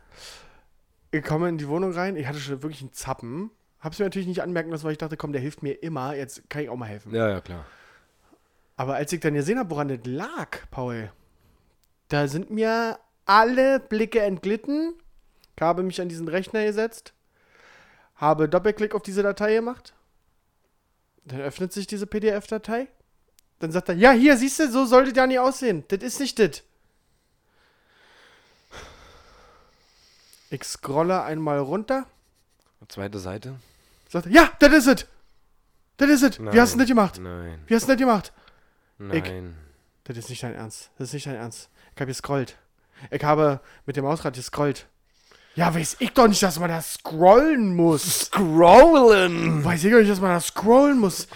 Ich komme in die Wohnung rein. Ich hatte schon wirklich einen Zappen. Hab's mir natürlich nicht anmerken lassen, weil ich dachte, komm, der hilft mir immer. Jetzt kann ich auch mal helfen.
Ja, ja, klar.
Aber als ich dann gesehen habe, woran das lag, Paul, da sind mir alle Blicke entglitten. Ich habe mich an diesen Rechner gesetzt, habe Doppelklick auf diese Datei gemacht. Dann öffnet sich diese PDF-Datei. Dann sagt er, ja, hier, siehst du, so sollte das ja nicht aussehen. Das ist nicht das. Ich scrolle einmal runter.
Zweite Seite?
Sagt er, ja, das ist es. Das ist es. Wie hast du
Nein,
das gemacht?
Nein.
Wie hast du das gemacht?
Nein.
Das ist nicht dein Ernst. Das ist nicht dein Ernst. Ich habe gescrollt. Ich habe mit dem Mausrad gescrollt. Ja, weiß ich doch nicht, dass man da scrollen muss.
Scrollen!
Weiß ich doch nicht, dass man da scrollen muss.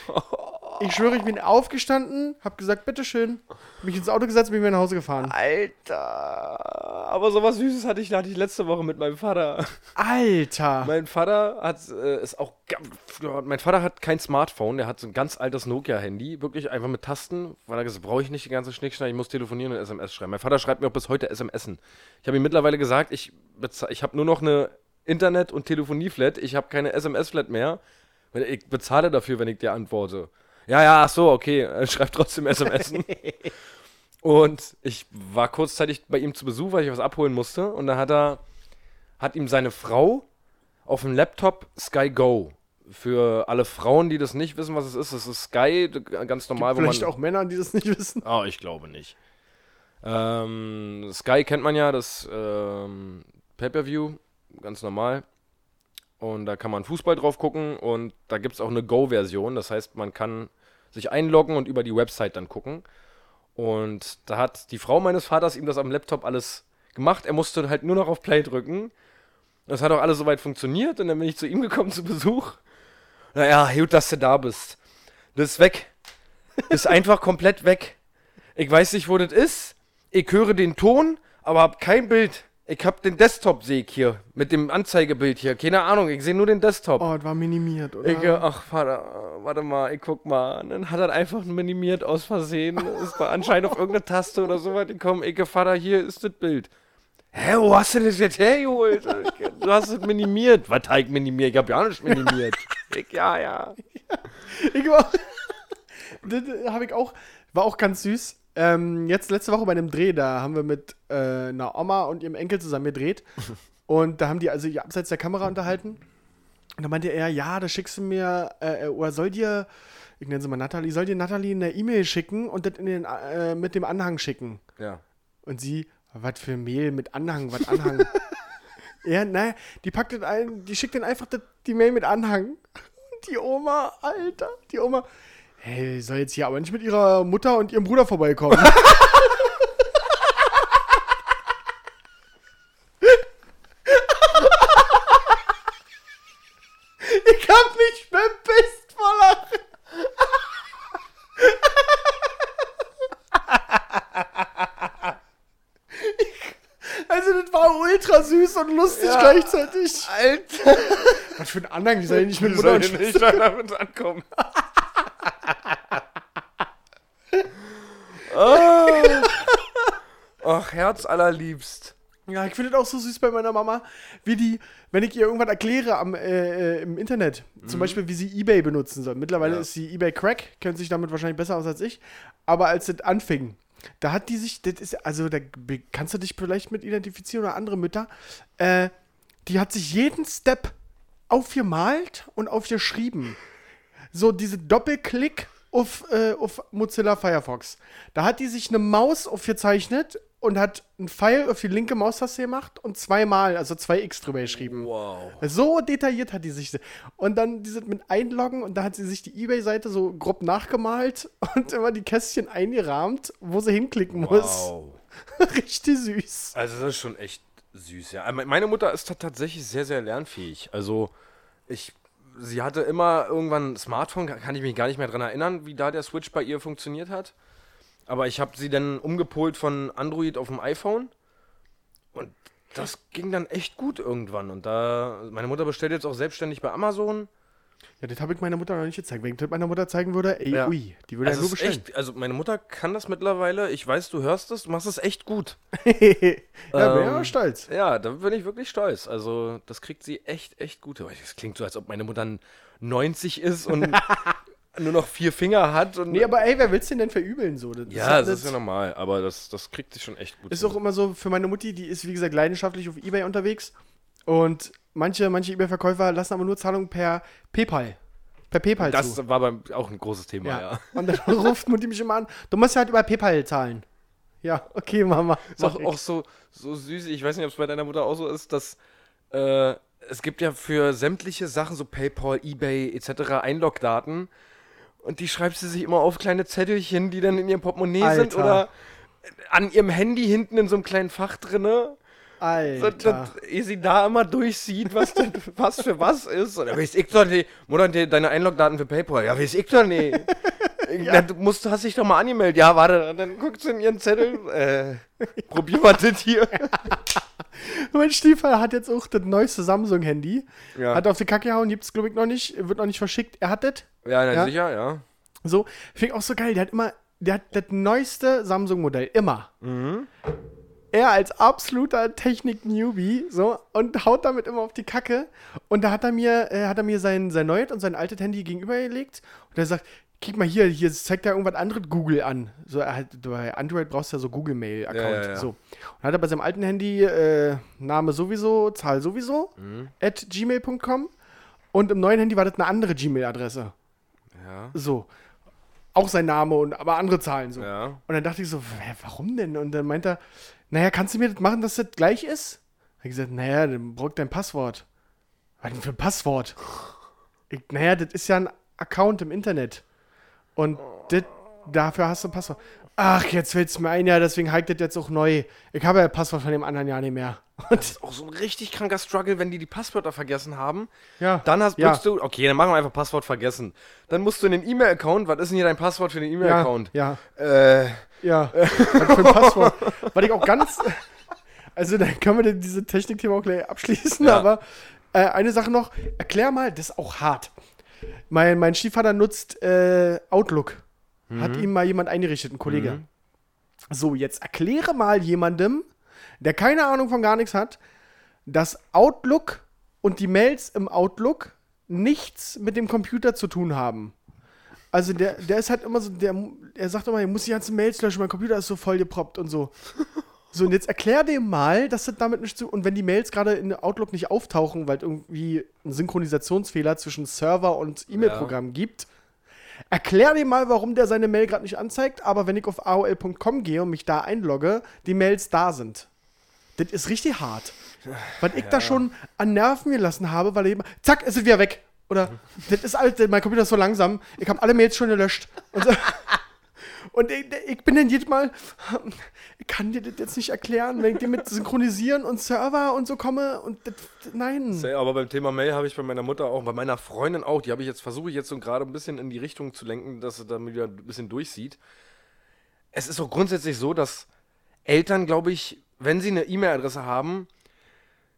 Ich schwöre, ich bin aufgestanden, habe gesagt, bitteschön, hab mich ins Auto gesetzt, bin wieder nach Hause gefahren.
Alter! Aber sowas Süßes hatte ich, hatte ich letzte Woche mit meinem Vater.
Alter.
Mein Vater hat äh, ist auch. ga- ja, Mein Vater hat kein Smartphone, der hat so ein ganz altes Nokia-Handy, wirklich einfach mit Tasten, weil er gesagt brauche ich nicht den ganzen Schnickschnack, ich muss telefonieren und SMS schreiben. Mein Vater schreibt mir auch bis heute SMSen. Ich habe ihm mittlerweile gesagt, ich, beza- ich habe nur noch eine Internet- und Telefonie-Flat, ich habe keine SMS-Flat mehr. weil Ich bezahle dafür, wenn ich dir antworte. Ja, ja, ach so, okay, äh, schreib trotzdem SMSen. und ich war kurzzeitig bei ihm zu Besuch, weil ich was abholen musste und da hat er hat ihm seine Frau auf dem Laptop Sky Go. Für alle Frauen, die das nicht wissen, was es ist, es ist Sky, d- ganz normal,
Vielleicht
wo man.
auch Männer, die das nicht wissen.
Ah, ich glaube nicht. Ähm, Sky kennt man ja, das ähm, Pay-Per-View, ganz normal. Und da kann man Fußball drauf gucken und da gibt es auch eine Go-Version. Das heißt, man kann sich einloggen und über die Website dann gucken. Und da hat die Frau meines Vaters ihm das am Laptop alles gemacht. Er musste halt nur noch auf Play drücken. Das hat auch alles soweit funktioniert und dann bin ich zu ihm gekommen zu Besuch. Naja, gut, dass du da bist. Das ist weg. Ist einfach komplett weg. Ich weiß nicht, wo das ist. Ich höre den Ton, aber hab kein Bild. Ich hab den Desktop-Sieg hier mit dem Anzeigebild hier. Keine Ahnung, ich sehe nur den Desktop.
Oh, das war minimiert, oder?
Ich, äh, ach, Vater, äh, warte mal, ich guck mal. Und dann hat er einfach minimiert aus Versehen. Ist da anscheinend auf irgendeine Taste oder so weit gekommen. Ich, äh, Vater, hier ist das Bild. Hä, wo hast du das jetzt hergeholt? Du hast es minimiert. Was habe ich minimiert? Ich hab ja nicht minimiert. Ich, ja, ja.
Ich war, das habe ich auch, war auch ganz süß. Ähm, jetzt letzte Woche bei einem Dreh, da haben wir mit äh, einer Oma und ihrem Enkel zusammen gedreht. Und da haben die also ihr abseits der Kamera unterhalten. Und da meinte er, ja, da schickst du mir, äh, äh, oder soll dir, ich nenne sie mal Natalie, soll dir Natalie eine E-Mail schicken und das in den, äh, mit dem Anhang schicken.
Ja.
Und sie, was für Mail mit Anhang, was Anhang? ja, naja, die packt den ein, die schickt den einfach das- die Mail mit Anhang. Und die Oma, Alter, die Oma, hey, soll jetzt hier aber nicht mit ihrer Mutter und ihrem Bruder vorbeikommen. ich hab mich bepisst vor Lachen. Also, das war ultra süß und lustig gleichzeitig.
Alter,
Was für ein Anhang, die soll ja nicht mit
die
Mutter
soll
und
hier
Schwester
nicht weiter mit ankommen. Ah. Ach, Herz allerliebst.
Ja, ich finde das auch so süß bei meiner Mama, wie die, wenn ich ihr irgendwas erkläre am, äh, äh, im Internet, zum Beispiel, wie sie Ebay benutzen soll. Mittlerweile
Ja.
ist sie Ebay Crack, kennt sich damit wahrscheinlich besser aus als ich. Aber als das anfing, da hat die sich, das ist, also da be- kannst du dich vielleicht mit identifizieren oder andere Mütter, äh, die hat sich jeden Step aufgemalt und aufgeschrieben. So diese Doppelklick auf, äh, auf Mozilla Firefox. Da hat die sich eine Maus aufgezeichnet und hat einen Pfeil auf die linke Maustaste gemacht und zweimal, also zwei X drüber geschrieben.
Wow.
So detailliert hat die sich. Und dann dieses mit Einloggen und da hat sie sich die Ebay-Seite so grob nachgemalt und immer die Kästchen eingerahmt, wo sie hinklicken
Wow.
muss. Richtig süß.
Also das ist schon echt süß, ja. Äh, Me- Meine Mutter ist ta- tatsächlich sehr, sehr lernfähig. Also ich, sie hatte immer irgendwann ein Smartphone, ka- kann ich mich gar nicht mehr dran erinnern, wie da der Switch bei ihr funktioniert hat. Aber ich habe sie dann umgepolt von Android auf dem iPhone. Und das ging dann echt gut irgendwann. Und da, meine Mutter bestellt jetzt auch selbstständig bei Amazon.
Ja, das habe ich meiner Mutter noch nicht gezeigt. Wenn ich das meiner Mutter zeigen würde, ey,
Ja.
ui, die würde
Also,
ja nur
es ist
bestellen.
echt, also meine Mutter kann das mittlerweile. Ich weiß, du hörst es, du machst es echt gut.
ja, bin
Ähm,
ich aber stolz.
Ja, da bin ich wirklich stolz. Also, das kriegt sie echt, echt gut. Aber Es klingt so, als ob meine Mutter 90 ist und nur noch vier Finger hat. Und
Nee, aber ey, wer will's denn denn verübeln so? Das
ja,
ist,
das ist ja normal, aber das, das kriegt sie schon echt gut.
ist
hin.
auch immer so für meine Mutti, die ist wie gesagt leidenschaftlich auf Ebay unterwegs und manche, manche Ebay-Verkäufer lassen aber nur Zahlungen per PayPal. Per PayPal
das
zu.
war beim, auch ein großes Thema, ja.
also Ja. Und dann ruft Mutti mich immer an, du musst halt über PayPal zahlen. Ja, okay, Mama.
Ist auch,
mach ich.
auch so, so süß. Ich weiß nicht, ob es bei deiner Mutter auch so ist, dass äh, es gibt ja für sämtliche Sachen, so PayPal, eBay etc. Einlogdaten. Und die schreibt sie sich immer auf kleine Zettelchen, die dann in ihrem Portemonnaie sind
Alter.
oder an ihrem Handy hinten in so einem kleinen Fach drinne,
Alter.
dass, dass ihr sie da immer durchsieht, was denn, was für was ist. Oder weiß ich doch nicht. Mutter, die- deine Einlogdaten für PayPal. Ja, weiß ich doch nicht. Na, du musst, hast dich doch mal angemeldet. Ja, warte, dann guckt sie in ihren Zettel. Äh, probier mal das hier.
Mein Stiefvater hat jetzt auch das neueste Samsung-Handy.
Ja.
Hat auf die Kacke gehauen, gibt's glaube ich noch nicht, wird noch nicht verschickt. Er hat das.
Ja, na
Ja.
sicher, ja.
So, finde ich auch so geil. Der hat immer, der hat das neueste Samsung-Modell, immer. Er als absoluter Technik-Newbie, so, und haut damit immer auf die Kacke. Und da hat er mir, äh, hat er mir sein, sein neues und sein altes Handy gegenübergelegt. Und er sagt, guck mal hier, hier zeigt er irgendwas anderes Google an. So, er hat, bei Android brauchst du ja so Google-Mail-Account.
Ja, ja, ja.
So. Und hat er bei seinem alten Handy äh, Name sowieso, Zahl sowieso,
Mhm.
at gmail.com. Und im neuen Handy war das eine andere Gmail-Adresse.
Ja.
So. Auch sein Name und aber andere Zahlen so.
Ja.
Und dann dachte ich so, hä, warum denn? Und dann meint er, naja, kannst du mir das machen, dass das gleich ist? Hab ich gesagt, naja, dann braucht dein Passwort. Was denn für ein Passwort? Ich, naja, das ist ja ein Account im Internet. Und das, dafür hast du ein Passwort. Ach, jetzt fällt's mir ein, ja, deswegen hike das jetzt auch neu. Ich habe ja das Passwort von dem anderen ja nicht mehr. Und
Auch so ein richtig kranker Struggle, wenn die die Passwörter vergessen haben.
ja.
Dann hast
ja.
drückst du, okay, dann machen wir einfach Passwort vergessen. Dann musst du in den E-Mail-Account, was ist denn hier dein Passwort für den
ja,
E-Mail-Account?
ja.
Äh,
Ja, was also für ein Passwort. Weil ich auch ganz. Also, dann können wir denn diese Technikthema auch gleich abschließen,
Ja.
aber äh, eine Sache noch. Erklär mal, das ist auch hart. Mein, mein Stiefvater nutzt äh, Outlook. Hat ihm mal jemand eingerichtet, ein Kollege. So, jetzt erkläre mal jemandem, der keine Ahnung von gar nichts hat, dass Outlook und die Mails im Outlook nichts mit dem Computer zu tun haben. Also der, der ist halt immer so, der, er sagt immer, ich muss die ganzen Mails löschen, mein Computer ist so voll geproppt und so. So, und jetzt erklär dem mal, dass das damit nicht zu. Und wenn die Mails gerade in Outlook nicht auftauchen, weil es irgendwie einen Synchronisationsfehler zwischen Server und E-Mail-Programm gibt, erklär dem mal, warum der seine Mail gerade nicht anzeigt, aber wenn ich auf aol.com gehe und mich da einlogge, die Mails da sind. Das ist richtig hart. Was ich da schon an Nerven gelassen habe, weil eben, zack, ist es wieder weg. Oder, das ist alt, mein Computer ist so langsam, ich habe alle Mails schon gelöscht. Und, so, und ich, ich bin dann jedes Mal, ich kann dir das jetzt nicht erklären, wenn ich dir mit Synchronisieren und Server und so komme und das, nein.
sehr, aber beim Thema Mail habe ich bei meiner Mutter auch, bei meiner Freundin auch, die habe ich jetzt, versuche ich jetzt so gerade ein bisschen in die Richtung zu lenken, dass sie da wieder ein bisschen durchsieht. Es ist auch grundsätzlich so, dass Eltern, glaube ich, wenn sie eine E-Mail-Adresse haben,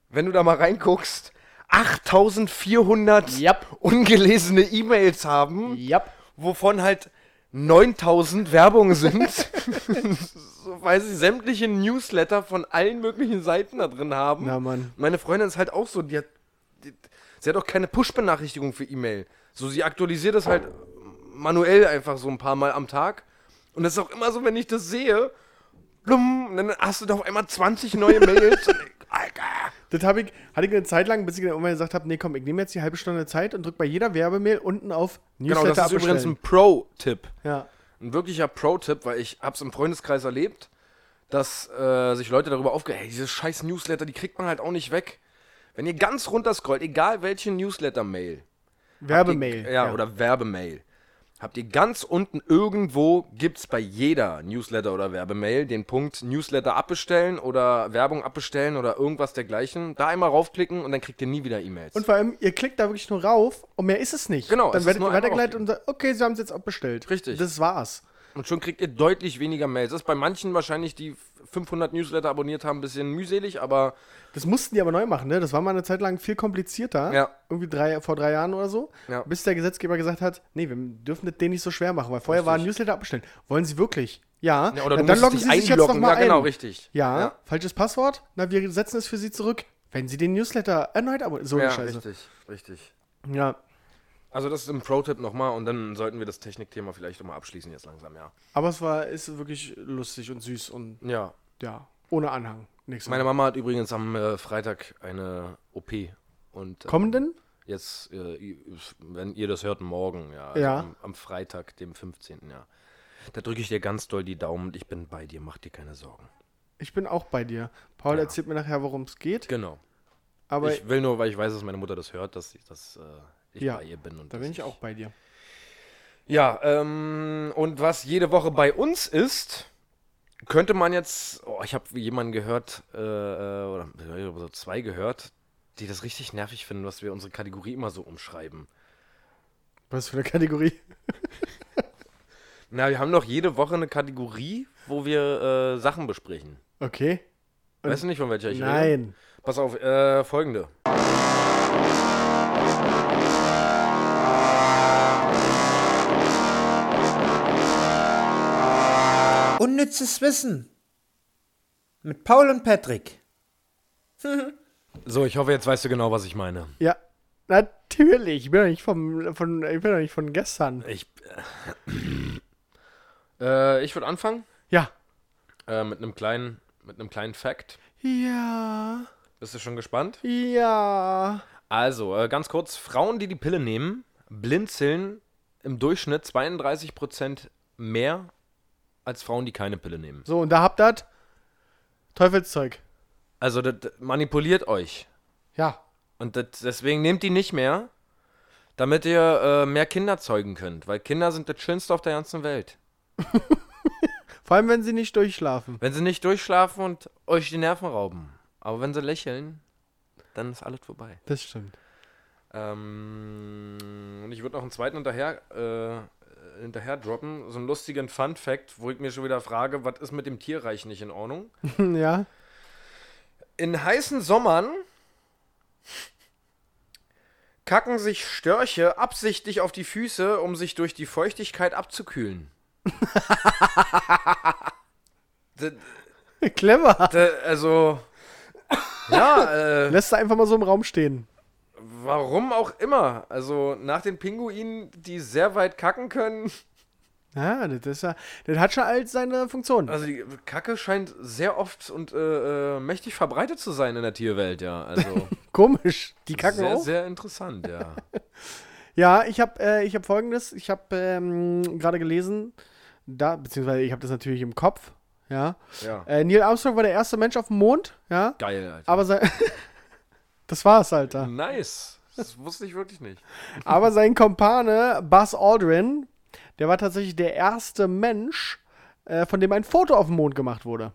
wenn du da mal reinguckst, 8400
Yep.
ungelesene E-Mails haben.
Ja.
wovon halt 9000 Werbung sind, so, weil sie sämtliche Newsletter von allen möglichen Seiten da drin haben.
Na, Mann.
Meine Freundin ist halt auch so, die hat, die, sie hat auch keine Push-Benachrichtigung für E-Mail. So, sie aktualisiert das halt manuell einfach so ein paar Mal am Tag. Und das ist auch immer so, wenn ich das sehe, blum, und dann hast du da auf einmal 20 neue Mails. und ich, Alter.
Das habe ich, hatte ich eine Zeit lang, bis ich dann irgendwann gesagt habe, nee komm, ich nehme jetzt die halbe Stunde Zeit und drücke bei jeder Werbemail unten auf
Genau,
Newsletter
das ist übrigens
abbestellen.
ein Pro-Tipp.
ja.
ein wirklicher Pro-Tipp, weil ich hab's im Freundeskreis erlebt, dass äh, sich Leute darüber aufgeregt hey, diese scheiß Newsletter, die kriegt man halt auch nicht weg. Wenn ihr ganz runter scrollt, egal welche Newsletter-Mail,
Werbemail.
ja, oder Werbemail, habt ihr ganz unten irgendwo, gibt's bei jeder Newsletter oder Werbemail den Punkt Newsletter abbestellen oder Werbung abbestellen oder irgendwas dergleichen. Da einmal raufklicken und dann kriegt ihr nie wieder E-Mails.
Und vor allem, ihr klickt da wirklich nur rauf und mehr ist es nicht.
Genau, es
Dann
ist
werdet
nur
ihr
einmal
weitergeleitet und sagt, okay, sie haben es jetzt abbestellt.
Richtig.
Das war's.
Und schon kriegt ihr deutlich weniger Mails. Das ist bei manchen wahrscheinlich die 500 Newsletter abonniert haben, ein bisschen mühselig, aber
Das mussten die aber neu machen, ne? Das war mal eine Zeit lang viel komplizierter.
Ja.
Irgendwie drei, vor drei Jahren oder so.
Ja.
Bis der Gesetzgeber gesagt hat, nee, wir dürfen das denen nicht so schwer machen, weil vorher war ein Newsletter abbestellen. Wollen sie wirklich? Ja.
Ja, oder
Na,
du
dann
musst
loggen
dich
sie sich jetzt
einloggen.
nochmal
Ja, genau,
ein.
richtig.
Ja,
Ja.
falsches Passwort. Na, wir setzen es für sie zurück. Wenn sie den Newsletter erneut abonnieren. So eine
ja,
Scheiße.
richtig, richtig.
Ja.
Also das ist ein Pro-Tipp nochmal und dann sollten wir das Technikthema vielleicht nochmal abschließen jetzt langsam, ja.
Aber es war, ist wirklich lustig und süß und
Ja.
ja, ohne Anhang. Nichts.
Meine Mama hat übrigens am äh, Freitag eine OP und äh,
Kommenden?
jetzt, äh, i- wenn ihr das hört, morgen, ja. also
Ja.
Am, am Freitag, dem 15. Ja. Da drücke ich dir ganz doll die Daumen und ich bin bei dir, mach dir keine Sorgen.
Ich bin auch bei dir. Paul erzählt mir nachher, worum es geht.
Genau.
Aber
ich will nur, weil ich weiß, dass meine Mutter das hört, dass, ich- dass äh, ich
Ja,
bei ihr bin. Und
da
dass
bin ich auch bei dir.
Ja, ähm, und was jede Woche bei uns ist, könnte man jetzt, oh, ich habe jemanden gehört, äh, oder so zwei gehört, die das richtig nervig finden, dass wir unsere Kategorie immer so umschreiben.
Was für eine Kategorie?
Na, wir haben doch jede Woche eine Kategorie, wo wir äh, Sachen besprechen.
Okay.
weißt du nicht, von welcher ich rede?
Nein.
Pass auf, äh, folgende.
Unnützes Wissen. Mit Paul und Patrick.
So, ich hoffe, jetzt weißt du genau, was ich meine.
Ja, natürlich. Ich bin doch nicht, vom, von, ich bin doch nicht von gestern.
Ich, äh, ich würde anfangen
Ja.
äh, mit einem kleinen, mit einem kleinen Fact.
Ja.
Bist du schon gespannt?
Ja.
Also, äh, ganz kurz, Frauen, die die Pille nehmen, blinzeln im Durchschnitt 32% mehr als Frauen, die keine Pille nehmen.
So, und da habt ihr Teufelszeug.
Also, das manipuliert euch.
Ja.
Und das, deswegen nehmt die nicht mehr, damit ihr äh, mehr Kinder zeugen könnt. Weil Kinder sind das Schönste auf der ganzen Welt.
Vor allem, wenn sie nicht durchschlafen.
Wenn sie nicht durchschlafen und euch die Nerven rauben. Aber wenn sie lächeln, dann ist alles vorbei.
Das stimmt.
Ähm, und ich würde noch einen zweiten hinterher, äh, hinterher droppen. So einen lustigen Fun-Fact, wo ich mir schon wieder frage, was ist mit dem Tierreich nicht in Ordnung?
ja.
In heißen Sommern kacken sich Störche absichtlich auf die Füße, um sich durch die Feuchtigkeit abzukühlen. D-
Clever.
d- also, ja, äh,
Lässt er einfach mal so im Raum stehen.
Warum auch immer. Also nach den Pinguinen, die sehr weit kacken können.
Ja, das, ist ja, das hat schon all seine Funktion.
Also die Kacke scheint sehr oft und äh, äh, mächtig verbreitet zu sein in der Tierwelt, ja. Also
Komisch. Die kacken
sehr,
auch.
sehr interessant, ja.
Ja, ich habe äh, ich hab folgendes. Ich habe ähm, gerade gelesen, da, beziehungsweise ich habe das natürlich im Kopf. Ja.
ja.
Äh, Neil Armstrong war der erste Mensch auf dem Mond. Ja.
Geil, Alter.
Aber sein. das war's, halt Alter.
nice. Das wusste ich wirklich nicht.
Aber sein Kompane, Buzz Aldrin, der war tatsächlich der erste Mensch, äh, von dem ein Foto auf dem Mond gemacht wurde.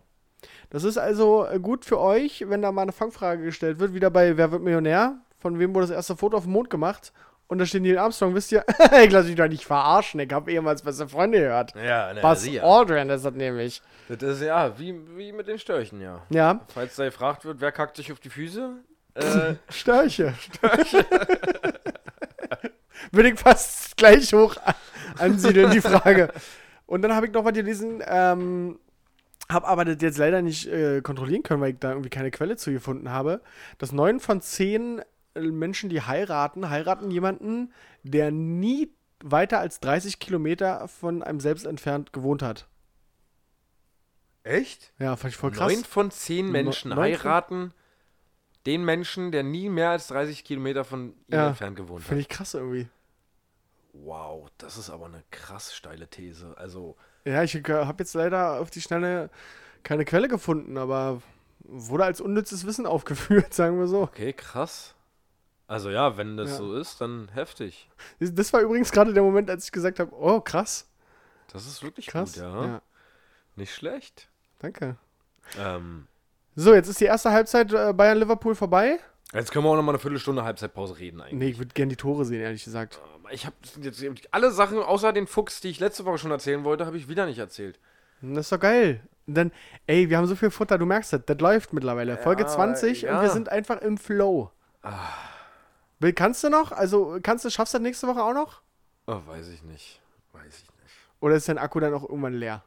Das ist also äh, gut für euch, wenn da mal eine Fangfrage gestellt wird, wieder bei Wer wird Millionär? Von wem wurde das erste Foto auf dem Mond gemacht? Und da steht Neil Armstrong, wisst ihr? ich lasse mich doch nicht verarschen, ich habe ehemals beste Freunde gehört.
Ja, ne,
Buzz
sie, ja.
Aldrin ist das nämlich.
Das ist ja wie, wie mit den Störchen, ja.
Ja,
Falls da gefragt wird, wer kackt sich auf die Füße? Äh,
Störche. Würde ich fast gleich hoch a- ansiedeln, die Frage. Und dann habe ich noch was gelesen, ähm, habe aber das jetzt leider nicht äh, kontrollieren können, weil ich da irgendwie keine Quelle zu gefunden habe, dass neun von zehn äh, Menschen, die heiraten, heiraten jemanden, der nie weiter als 30 Kilometer von einem selbst entfernt gewohnt hat.
echt?
Ja, fand ich voll krass.
Neun von zehn Menschen
Neun von-
heiraten den Menschen, der nie mehr als 30 Kilometer von ihnen
Ja.
entfernt gewohnt hat.
Finde ich krass irgendwie.
Wow, das ist aber eine krass steile These. Also,
Ja, ich habe jetzt leider auf die Schnelle keine Quelle gefunden, aber wurde als unnützes Wissen aufgeführt, sagen wir so.
okay, krass. Also ja, wenn das
Ja.
so ist, dann heftig.
Das war übrigens gerade der Moment, als ich gesagt habe, oh, krass,
Das ist wirklich
krass.
gut, ja. Nicht schlecht.
danke.
Ähm,
So, jetzt ist die erste Halbzeit äh, Bayern-Liverpool vorbei.
jetzt können wir auch noch mal eine Viertelstunde Halbzeitpause reden eigentlich.
Nee, ich würde gerne die Tore sehen, ehrlich gesagt.
Aber Ich habe jetzt alle Sachen außer den Fuchs, die ich letzte Woche schon erzählen wollte, habe ich wieder nicht erzählt.
Das ist doch geil. Dann, ey, wir haben so viel Futter, du merkst das, das läuft mittlerweile. Folge 20
ja. Ah.
und wir sind einfach im Flow. Will, kannst du noch? Also, kannst du, schaffst du das nächste Woche auch noch?
Oh, weiß ich nicht. Weiß ich nicht.
Oder ist dein Akku dann auch irgendwann leer?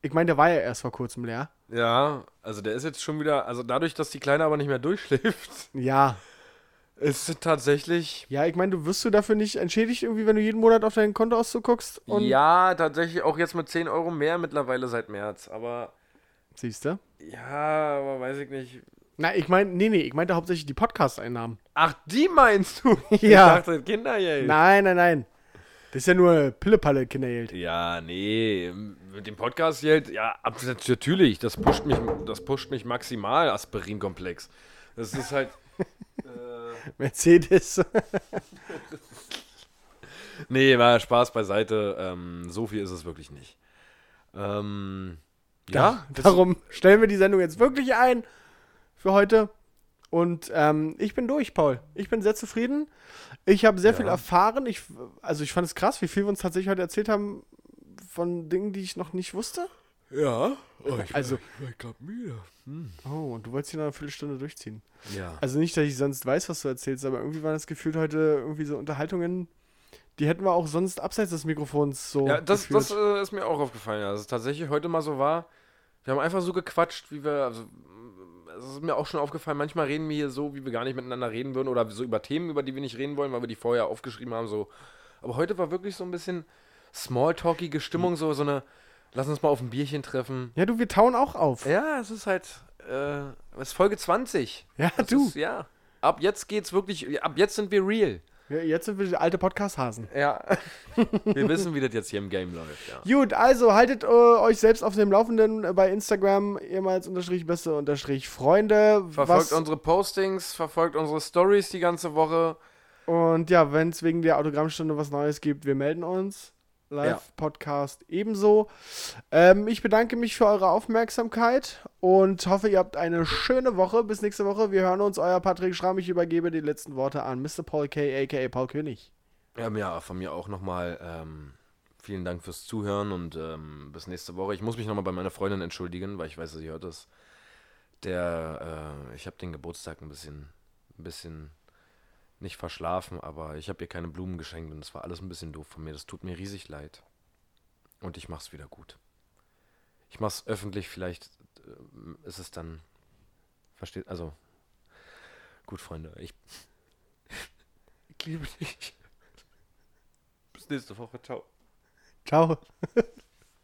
Ich meine, der war ja erst vor kurzem leer.
Ja, also der ist jetzt schon wieder, also dadurch, dass die Kleine aber nicht mehr durchschläft,
Ja.
ist es tatsächlich.
Ja, ich meine, du wirst du dafür nicht entschädigt irgendwie, wenn du jeden Monat auf dein Konto auszuguckst und
ja, tatsächlich auch jetzt mit 10 Euro mehr mittlerweile seit März. Aber
siehst du?
ja, aber weiß ich nicht.
Na, ich meine, nee, nee, ich meinte hauptsächlich die Podcast-Einnahmen.
Ach, die meinst du? Ich
Ja.
dachte, Kindergeld.
Nein, nein, nein. Das ist ja nur Pillepalle Kindergeld.
Ja, nee, mit dem Podcast Geld, ja, ab- natürlich, das pusht mich, das pusht mich maximal Aspirinkomplex. Das ist halt
Mercedes.
Nee, war Spaß beiseite. Ähm, so viel ist es wirklich nicht. Ähm, ja, das-
Darum stellen wir die Sendung jetzt wirklich ein für heute. Und ähm, ich bin durch, Paul. Ich bin sehr zufrieden. Ich habe sehr viel erfahren. Ich, also ich fand es krass, wie viel wir uns tatsächlich heute erzählt haben von Dingen, die ich noch nicht wusste.
Ja. Oh, ich,
Also-
ich, ich glaub müde.
Oh, und du wolltest hier noch eine Viertelstunde durchziehen.
Ja.
Also nicht, dass ich sonst weiß, was du erzählst, aber irgendwie war das Gefühl heute irgendwie so Unterhaltungen, die hätten wir auch sonst abseits des Mikrofons so.
ja, das, das
geführt.
äh, ist mir auch aufgefallen, ja, dass es tatsächlich heute mal so war. Wir haben einfach so gequatscht, wie wir. Also, es ist mir auch schon aufgefallen, manchmal reden wir hier so, wie wir gar nicht miteinander reden würden oder so über Themen, über die wir nicht reden wollen, weil wir die vorher aufgeschrieben haben. So. Aber heute war wirklich so ein bisschen smalltalkige Stimmung, so, so eine, lass uns mal auf ein Bierchen treffen.
ja, du, wir tauen auch auf.
Ja, es ist halt, äh, es ist Folge 20.
Ja,
Das
du.
Ist, ja. Ab jetzt geht's wirklich, ab jetzt sind wir real.
Ja, jetzt sind wir die alte Podcast-Hasen.
Ja. wir wissen, wie das jetzt hier im Game läuft, ja.
Gut, also haltet äh, euch selbst auf dem Laufenden äh, bei Instagram, ehemals unterstrich beste unterstrich Freunde.
Verfolgt unsere Postings, verfolgt unsere Stories die ganze Woche.
Und ja, wenn es wegen der Autogrammstunde was Neues gibt, wir melden uns. Live-Podcast ebenso. Ähm, ich bedanke mich für eure Aufmerksamkeit und hoffe, ihr habt eine schöne Woche. Bis nächste Woche. Wir hören uns. Euer Patrick Schramm. Ich übergebe die letzten Worte an Mr. Paul K. a.k.a. Paul König.
Ähm, ja, von mir auch nochmal ähm, vielen Dank fürs Zuhören und ähm, bis nächste Woche. Ich muss mich nochmal bei meiner Freundin entschuldigen, weil ich weiß, dass sie hört das. Der, äh, ich habe den Geburtstag ein bisschen, ein bisschen nicht verschlafen, aber ich habe ihr keine Blumen geschenkt und es war alles ein bisschen doof von mir. Das tut mir riesig leid. Und ich mach's wieder gut. Ich mach's öffentlich, vielleicht ähm, ist es dann. Versteht, also. Gut, Freunde, ich. ich liebe dich. Bis nächste Woche. Ciao.
Ciao.